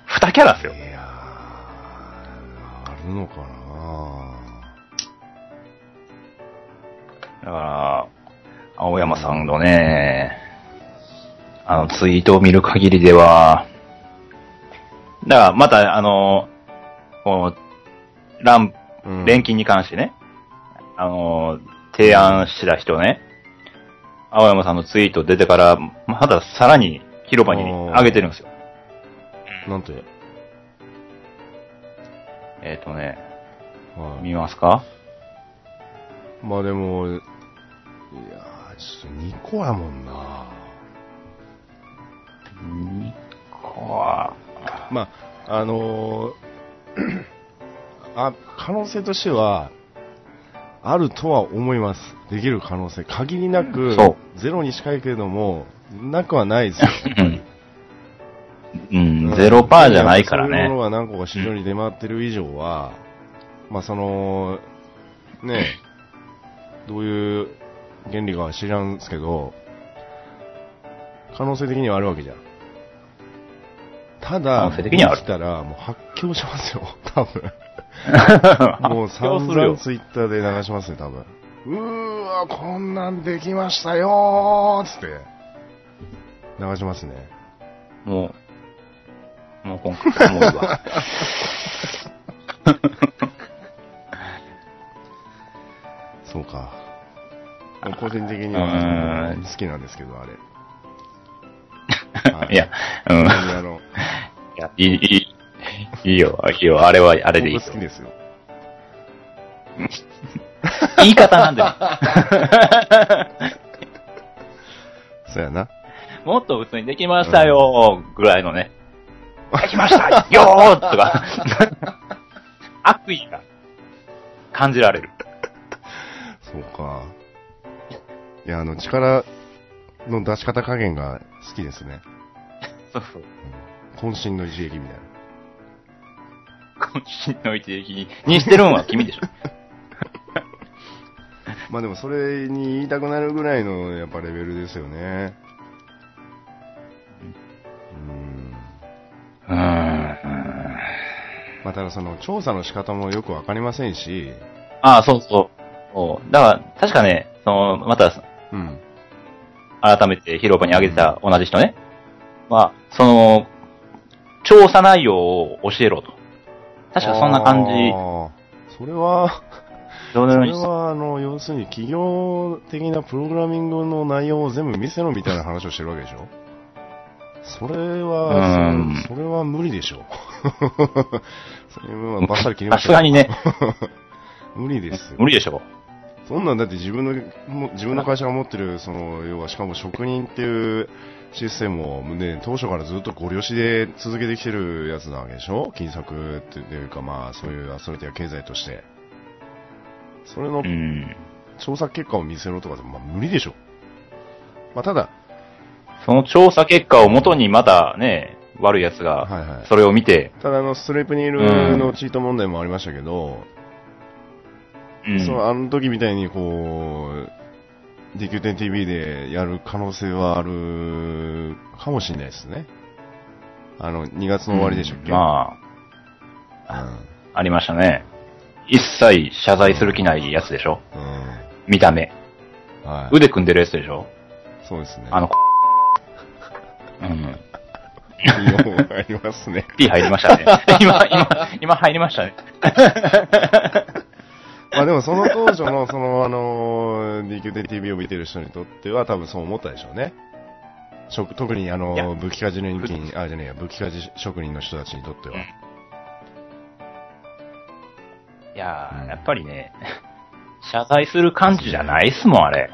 Speaker 2: 二キャラですよ。
Speaker 1: いやー、あるのかな
Speaker 2: だから、青山さんのね、あのツイートを見る限りでは、だからまたあの、こう、ラン、
Speaker 1: うん
Speaker 2: 錬金に関してね、あの、提案した人ね、青山さんのツイート出てから、まださらに広場に上げてるんですよ。
Speaker 1: なんて、はい
Speaker 2: えっ、とね、見ますか
Speaker 1: まあでも、いやー、ちょっと2個やもんな
Speaker 2: 2個は、
Speaker 1: まあ、あのー あ、可能性としては、あるとは思います。できる可能性。限りなく
Speaker 2: そ、
Speaker 1: ゼロに近いけれども、なくはないですよ。
Speaker 2: うんうん、ゼロパーじゃないから
Speaker 1: そういう
Speaker 2: ね
Speaker 1: もの。が何個か市場に出回ってる以上は、まあその、ね、どういう原理かは知らんすけど、可能性的にはあるわけじゃん。た
Speaker 2: 可
Speaker 1: だ、
Speaker 2: 能性的にはある
Speaker 1: できたら、もう発狂しますよ、 多分。 もう
Speaker 2: 発
Speaker 1: 散
Speaker 2: 表するよ
Speaker 1: 々。ツイッターで流しますね、多分。うーわ、こんなんできましたよーつって、流しますね。
Speaker 2: もう、もう今回、もういい わ。
Speaker 1: そうか。個人的に
Speaker 2: う
Speaker 1: は
Speaker 2: ん
Speaker 1: 好きなんですけど、 あれ。はい
Speaker 2: や、うん。
Speaker 1: 本当にあ の、
Speaker 2: いやいい、いい、いいよ、いいよ、あれは、あれでいいよ
Speaker 1: 僕。好きですよ。
Speaker 2: 言い方なんだ
Speaker 1: そうやな。
Speaker 2: よ。 もっと普通にできましたよ、ぐらい のね。できましたよーとか、 悪意が感じられる。
Speaker 1: そうか。いや、あの、力の出し方加減が好きですね。
Speaker 2: そうそう。
Speaker 1: 渾身の一撃みたいな。
Speaker 2: 渾身の一撃に、にしてるんは君でしょ。
Speaker 1: まあでも、それに言いたくなるぐらいの、やっぱレベルですよね。うん。
Speaker 2: うーん。
Speaker 1: まあ、ただその、調査の仕方もよくわかりませんし、
Speaker 2: ああ、そうそう。そうだから、確かね、その、また、
Speaker 1: うん。
Speaker 2: 改めて広場に上げてた同じ人ね。まあ、その、調査内容を教えろと。確かそんな感じ。
Speaker 1: あー。それは、
Speaker 2: どの
Speaker 1: そ
Speaker 2: よう
Speaker 1: れ
Speaker 2: に
Speaker 1: は、あの、要するに企業的なプログラミングの内容を全部見せろみたいな話をしてるわけでしょそれは、
Speaker 2: うん
Speaker 1: そそれは無理でしょ それはバッサリ切りま
Speaker 2: さ
Speaker 1: し
Speaker 2: す
Speaker 1: た
Speaker 2: が
Speaker 1: よ
Speaker 2: にね、
Speaker 1: 無理ですよ
Speaker 2: 無理でしょ
Speaker 1: そんなんだって自分の、も自分の会社が持ってる、その、要はしかも職人っていうシステムをね、当初からずっとご利用しで続けてきてるやつなわけでしょ金策っていうか、まあ、そういうアストリティア経済として。それの
Speaker 2: う。うん。
Speaker 1: 調査結果を見せろとかでも、まあ、無理でしょ。まあ、ただ、
Speaker 2: その調査結果をもとにまたね、悪い奴
Speaker 1: は
Speaker 2: が、
Speaker 1: いはい。
Speaker 2: それを見て、
Speaker 1: ただ、あの、ストレープニールのチート問題もありましたけど、
Speaker 2: うん
Speaker 1: その、あの時みたいに、こう、DQ10TV でやる可能性はあるかもしれないですね。あの、2月の終わりでしたっけ、
Speaker 2: うんま
Speaker 1: あ。
Speaker 2: あ、ありましたね。一切謝罪する気ないやつでしょ
Speaker 1: うん。
Speaker 2: 見た目。
Speaker 1: はい。
Speaker 2: 腕組んでるやつでしょ
Speaker 1: そうですね。
Speaker 2: あの、うん。
Speaker 1: 企業がありますね。
Speaker 2: P 入りましたね。 今、今、今入りましたね。
Speaker 1: まあでもその当初の、その、あのー、DQ10TV を見てる人にとっては多分そう思ったでしょうね。職特にあ
Speaker 2: いや
Speaker 1: のー、武器鍛冶年金、あ、じゃねえや、武器鍛冶職人の人たちにとっては。
Speaker 2: いやー、やっぱりね、 謝罪する感じじゃないっすもん、あれ。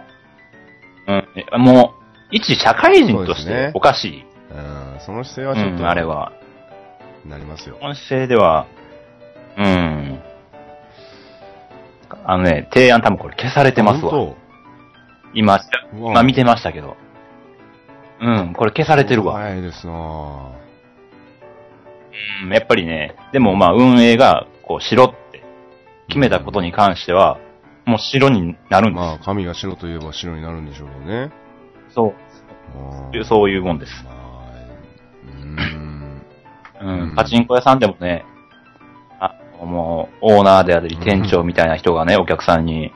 Speaker 2: うんえ、もう、一社会人とし
Speaker 1: そうですね
Speaker 2: ておかしい。
Speaker 1: うん、その姿勢
Speaker 2: う
Speaker 1: はちょっ
Speaker 2: ん、
Speaker 1: と、
Speaker 2: あれは。
Speaker 1: なりますよ。
Speaker 2: 音声では、ううん。あのね、提案多分これ消されてますわ。
Speaker 1: 本
Speaker 2: 今、
Speaker 1: 当うわ
Speaker 2: 今見てましたけど。うん、これ消されてるわ。
Speaker 1: 早いですな
Speaker 2: うん、やっぱりね、でもまあ運営が、こう、白って決めたことに関しては、もう白になるんです。
Speaker 1: まあ、髪が白といえば白になるんでしょうけどね。
Speaker 2: そう
Speaker 1: あ
Speaker 2: いう、
Speaker 1: ー
Speaker 2: そういうもんです。
Speaker 1: まあうーん。
Speaker 2: う
Speaker 1: うん
Speaker 2: ん、パチンコ屋さんでもね、あもう、オーナーであり、
Speaker 1: うん
Speaker 2: 店長みたいな人がね、お客さんに、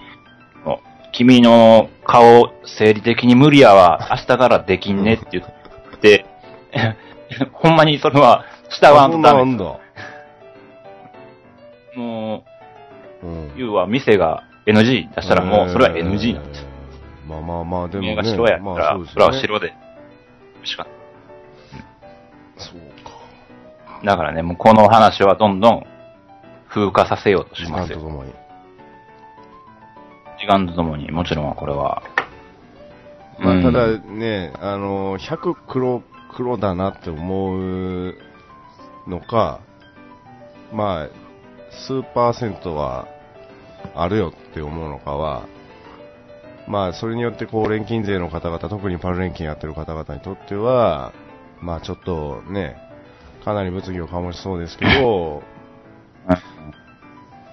Speaker 2: もう君の顔、生理的に無理やわ、明日からできんねって言って、 ほんまにそれは、下はあ
Speaker 1: そ
Speaker 2: ん
Speaker 1: んな
Speaker 2: た
Speaker 1: のあ
Speaker 2: ダメ
Speaker 1: んだ。
Speaker 2: も
Speaker 1: う
Speaker 2: う、
Speaker 1: ん。
Speaker 2: 要は店が NG 出したらもう、それは NG なんです。
Speaker 1: す。まあまあまあ、でも
Speaker 2: 君
Speaker 1: ね。
Speaker 2: が白やった
Speaker 1: ま
Speaker 2: ら、
Speaker 1: あそうです
Speaker 2: それ
Speaker 1: よ
Speaker 2: は
Speaker 1: ね。
Speaker 2: 白で、しか
Speaker 1: そうか。
Speaker 2: だからね、もうこの話はどんどん風化させようとし
Speaker 1: 時
Speaker 2: ま
Speaker 1: 間
Speaker 2: す
Speaker 1: と
Speaker 2: よ
Speaker 1: と。もに。
Speaker 2: 時間とともに、もちろんこれは。
Speaker 1: ま
Speaker 2: う
Speaker 1: あ、
Speaker 2: ん
Speaker 1: ただね、あの、100黒、黒だなって思うのか、まあ、数パーセントはあるよって思うのかは、まあ、それによって、こう、錬金税の方々、特にパル錬金やってる方々にとっては、まあ、ちょっとね、かなり物議を醸しそうですけ ど、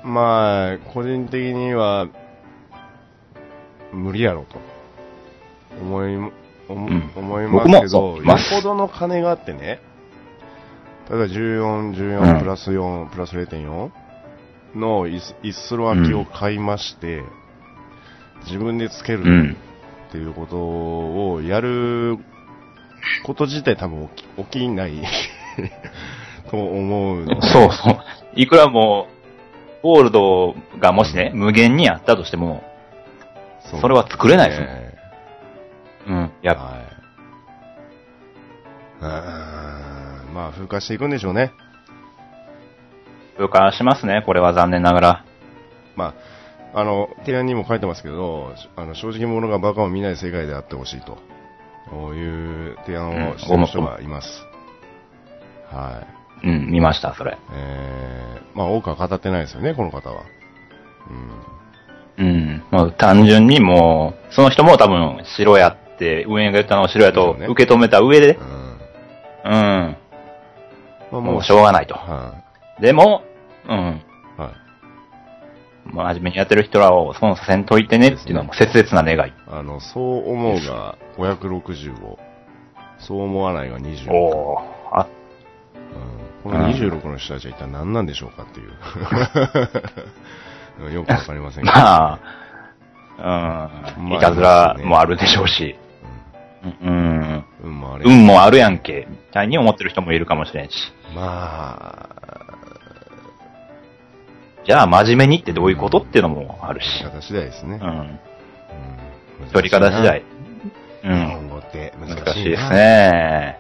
Speaker 1: まあ、個人的には、無理やろと、思い、思
Speaker 2: うん
Speaker 1: 思いま
Speaker 2: 僕
Speaker 1: す
Speaker 2: も
Speaker 1: け
Speaker 2: そう
Speaker 1: ど、
Speaker 2: 思い
Speaker 1: よ
Speaker 2: ます
Speaker 1: ほどの金があってね、例えば14、
Speaker 2: う
Speaker 1: 14
Speaker 2: ん
Speaker 1: プラス4、プラス0.4のイスイスロワキを買いまして、自分でつけ
Speaker 2: う
Speaker 1: る
Speaker 2: ん。
Speaker 1: っていうことをやること自体多分起き起きないと思うので
Speaker 2: そうそう。いくらもう、ゴールドがもしね、無限にあったとしても、それは作れないですね。
Speaker 1: ね。
Speaker 2: うん。いや、
Speaker 1: はい。あーまあ、風化していくんでしょうね。
Speaker 2: 風化しますね、これは残念ながら。
Speaker 1: まあ、あの、提案にも書いてますけど、あの正直者がバカを見ない世界であってほしいと、こういう提案をしてる人がいます。はい。
Speaker 2: うん、見ました、それ。
Speaker 1: えー、まあ、多くは語ってないですよね、この方は。うん。
Speaker 2: うん。もう単純にもう、その人も多分、白やって、運営が言ったのを白やと
Speaker 1: そうね
Speaker 2: 受け止めた上で
Speaker 1: う、ん。
Speaker 2: うん。
Speaker 1: まあ、
Speaker 2: もうし
Speaker 1: ょ
Speaker 2: ょうがないと。
Speaker 1: は
Speaker 2: でも、うん。
Speaker 1: い。はい。
Speaker 2: まあ、真面目にやってる人らを損させんといてねっていうのはもう切々な願い。
Speaker 1: あの、そう思うが565、そう思わないが20。
Speaker 2: おー。あ、
Speaker 1: うんこの26の人たちは一体何なんでしょうかって いう。うんよくわかりませんけど。
Speaker 2: まあ、うん、
Speaker 1: まあ
Speaker 2: いたずらもあるでしょうし、うん、
Speaker 1: うん運もあれ。
Speaker 2: 運もあるやんけ、みたいに思ってる人もいるかもしれんし、
Speaker 1: ま
Speaker 2: じゃあ真面目にってどういうことっていうのもあるし
Speaker 1: あ、、やり方次第ですね
Speaker 2: う。ん、
Speaker 1: うん
Speaker 2: 取り方次。第、う
Speaker 1: 難しいな日本
Speaker 2: ん、
Speaker 1: 語って難しいな
Speaker 2: 難しいです。ね。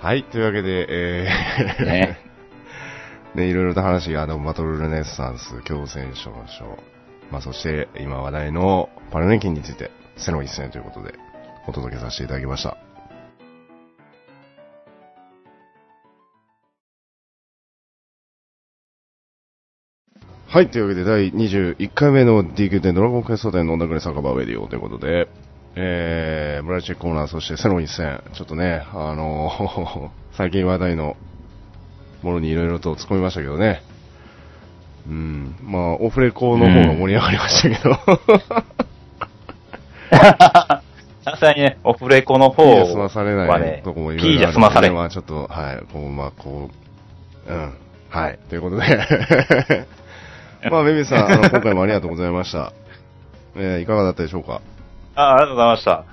Speaker 1: はい、というわけで、えー
Speaker 2: ね
Speaker 1: ね、いろいろと話が、あの、バトルルネッサンス、共戦症の書、まあ、そして、今話題のパルネキンについて、セロ一戦ということで、お届けさせていただきました。はい、というわけで、第21回目の DQ10 ドラゴンクエスト店の女暮れ酒場ウェディオということで、えー、ブライチェックコーナー、そしてセロ一戦、ちょっとね、あの 最近話題のものにいろいろと突っ込みましたけどね。うん。まあ、オフレコの方が盛り上がりましたけど。
Speaker 2: さすがにね、オフレコの方
Speaker 1: 気が済まされ
Speaker 2: は
Speaker 1: ない
Speaker 2: ね、
Speaker 1: とこもいろいろあるんで
Speaker 2: キーじゃ済まされん。
Speaker 1: まあ、ちょっと、はい、こう、まあ、こう、うん。はい。ということで。 まあ、ベビーさん、あの、今回もありがとうございました。 えー、いかがだったでしょうか
Speaker 2: あありがとうございました。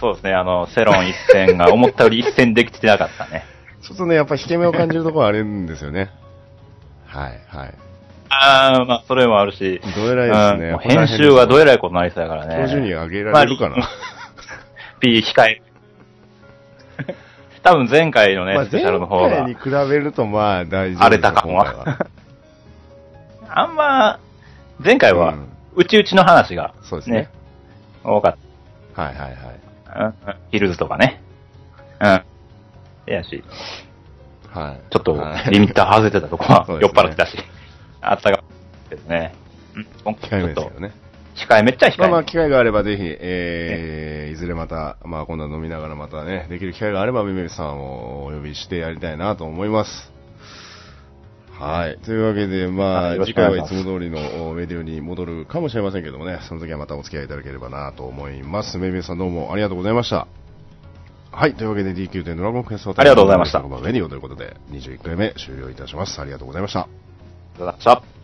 Speaker 2: そうですね、あの、セロン一戦が思ったより一戦できてなかったね。
Speaker 1: ちょっとね、やっぱ引け目を感じるところはあるんですよね。はい、はい。
Speaker 2: ああ、まあ、それもあるし。
Speaker 1: どえらいですね
Speaker 2: うんもう編集がどえらいことになりそうやからね。
Speaker 1: 今日中に上げられるか な、
Speaker 2: まあ、P 控え。 多分前回のね、
Speaker 1: まあ
Speaker 2: スペシャルの方
Speaker 1: 前
Speaker 2: が
Speaker 1: 回に、比べると、まあ、大丈夫ですよ。
Speaker 2: 荒れたかも
Speaker 1: 今回 は。
Speaker 2: あんま、前回は
Speaker 1: うん、
Speaker 2: うちうちの話が、
Speaker 1: そうですね。
Speaker 2: 多かっ
Speaker 1: はい、はい、はい。
Speaker 2: た。うんうんヒルズとかね。うん。いやし。
Speaker 1: はい。
Speaker 2: ちょっと
Speaker 1: はい
Speaker 2: リミッター外れてたとこは
Speaker 1: そうで
Speaker 2: 酔っ
Speaker 1: すね
Speaker 2: 払ってたし、あったかかったですね。うん今
Speaker 1: 機会
Speaker 2: 回
Speaker 1: 目
Speaker 2: ちょっ
Speaker 1: ですけ
Speaker 2: と
Speaker 1: どね。
Speaker 2: 控えめっちゃ控えめ。
Speaker 1: まあまあ、機会があればぜひ、えー、いずれまた、まあ、今度は飲みながらまたね、できる機会があれば、めめさんをお呼びしてやりたいなと思います。はい。というわけで、ま
Speaker 2: は
Speaker 1: あ
Speaker 2: い、よろ
Speaker 1: 次
Speaker 2: しくお
Speaker 1: 回
Speaker 2: 願い
Speaker 1: は
Speaker 2: し
Speaker 1: い
Speaker 2: ます
Speaker 1: つも通りのおメディオに戻るかもしれませんけどもね、その時はまたお付き合いいただければなと思います。めめさんどうもありがとうございました。はい。というわけで DQ でドラゴンクエスト
Speaker 2: ありがとうございました
Speaker 1: メディオということで、21回目終了いたします。ありがとうございました。
Speaker 2: ありがとうございました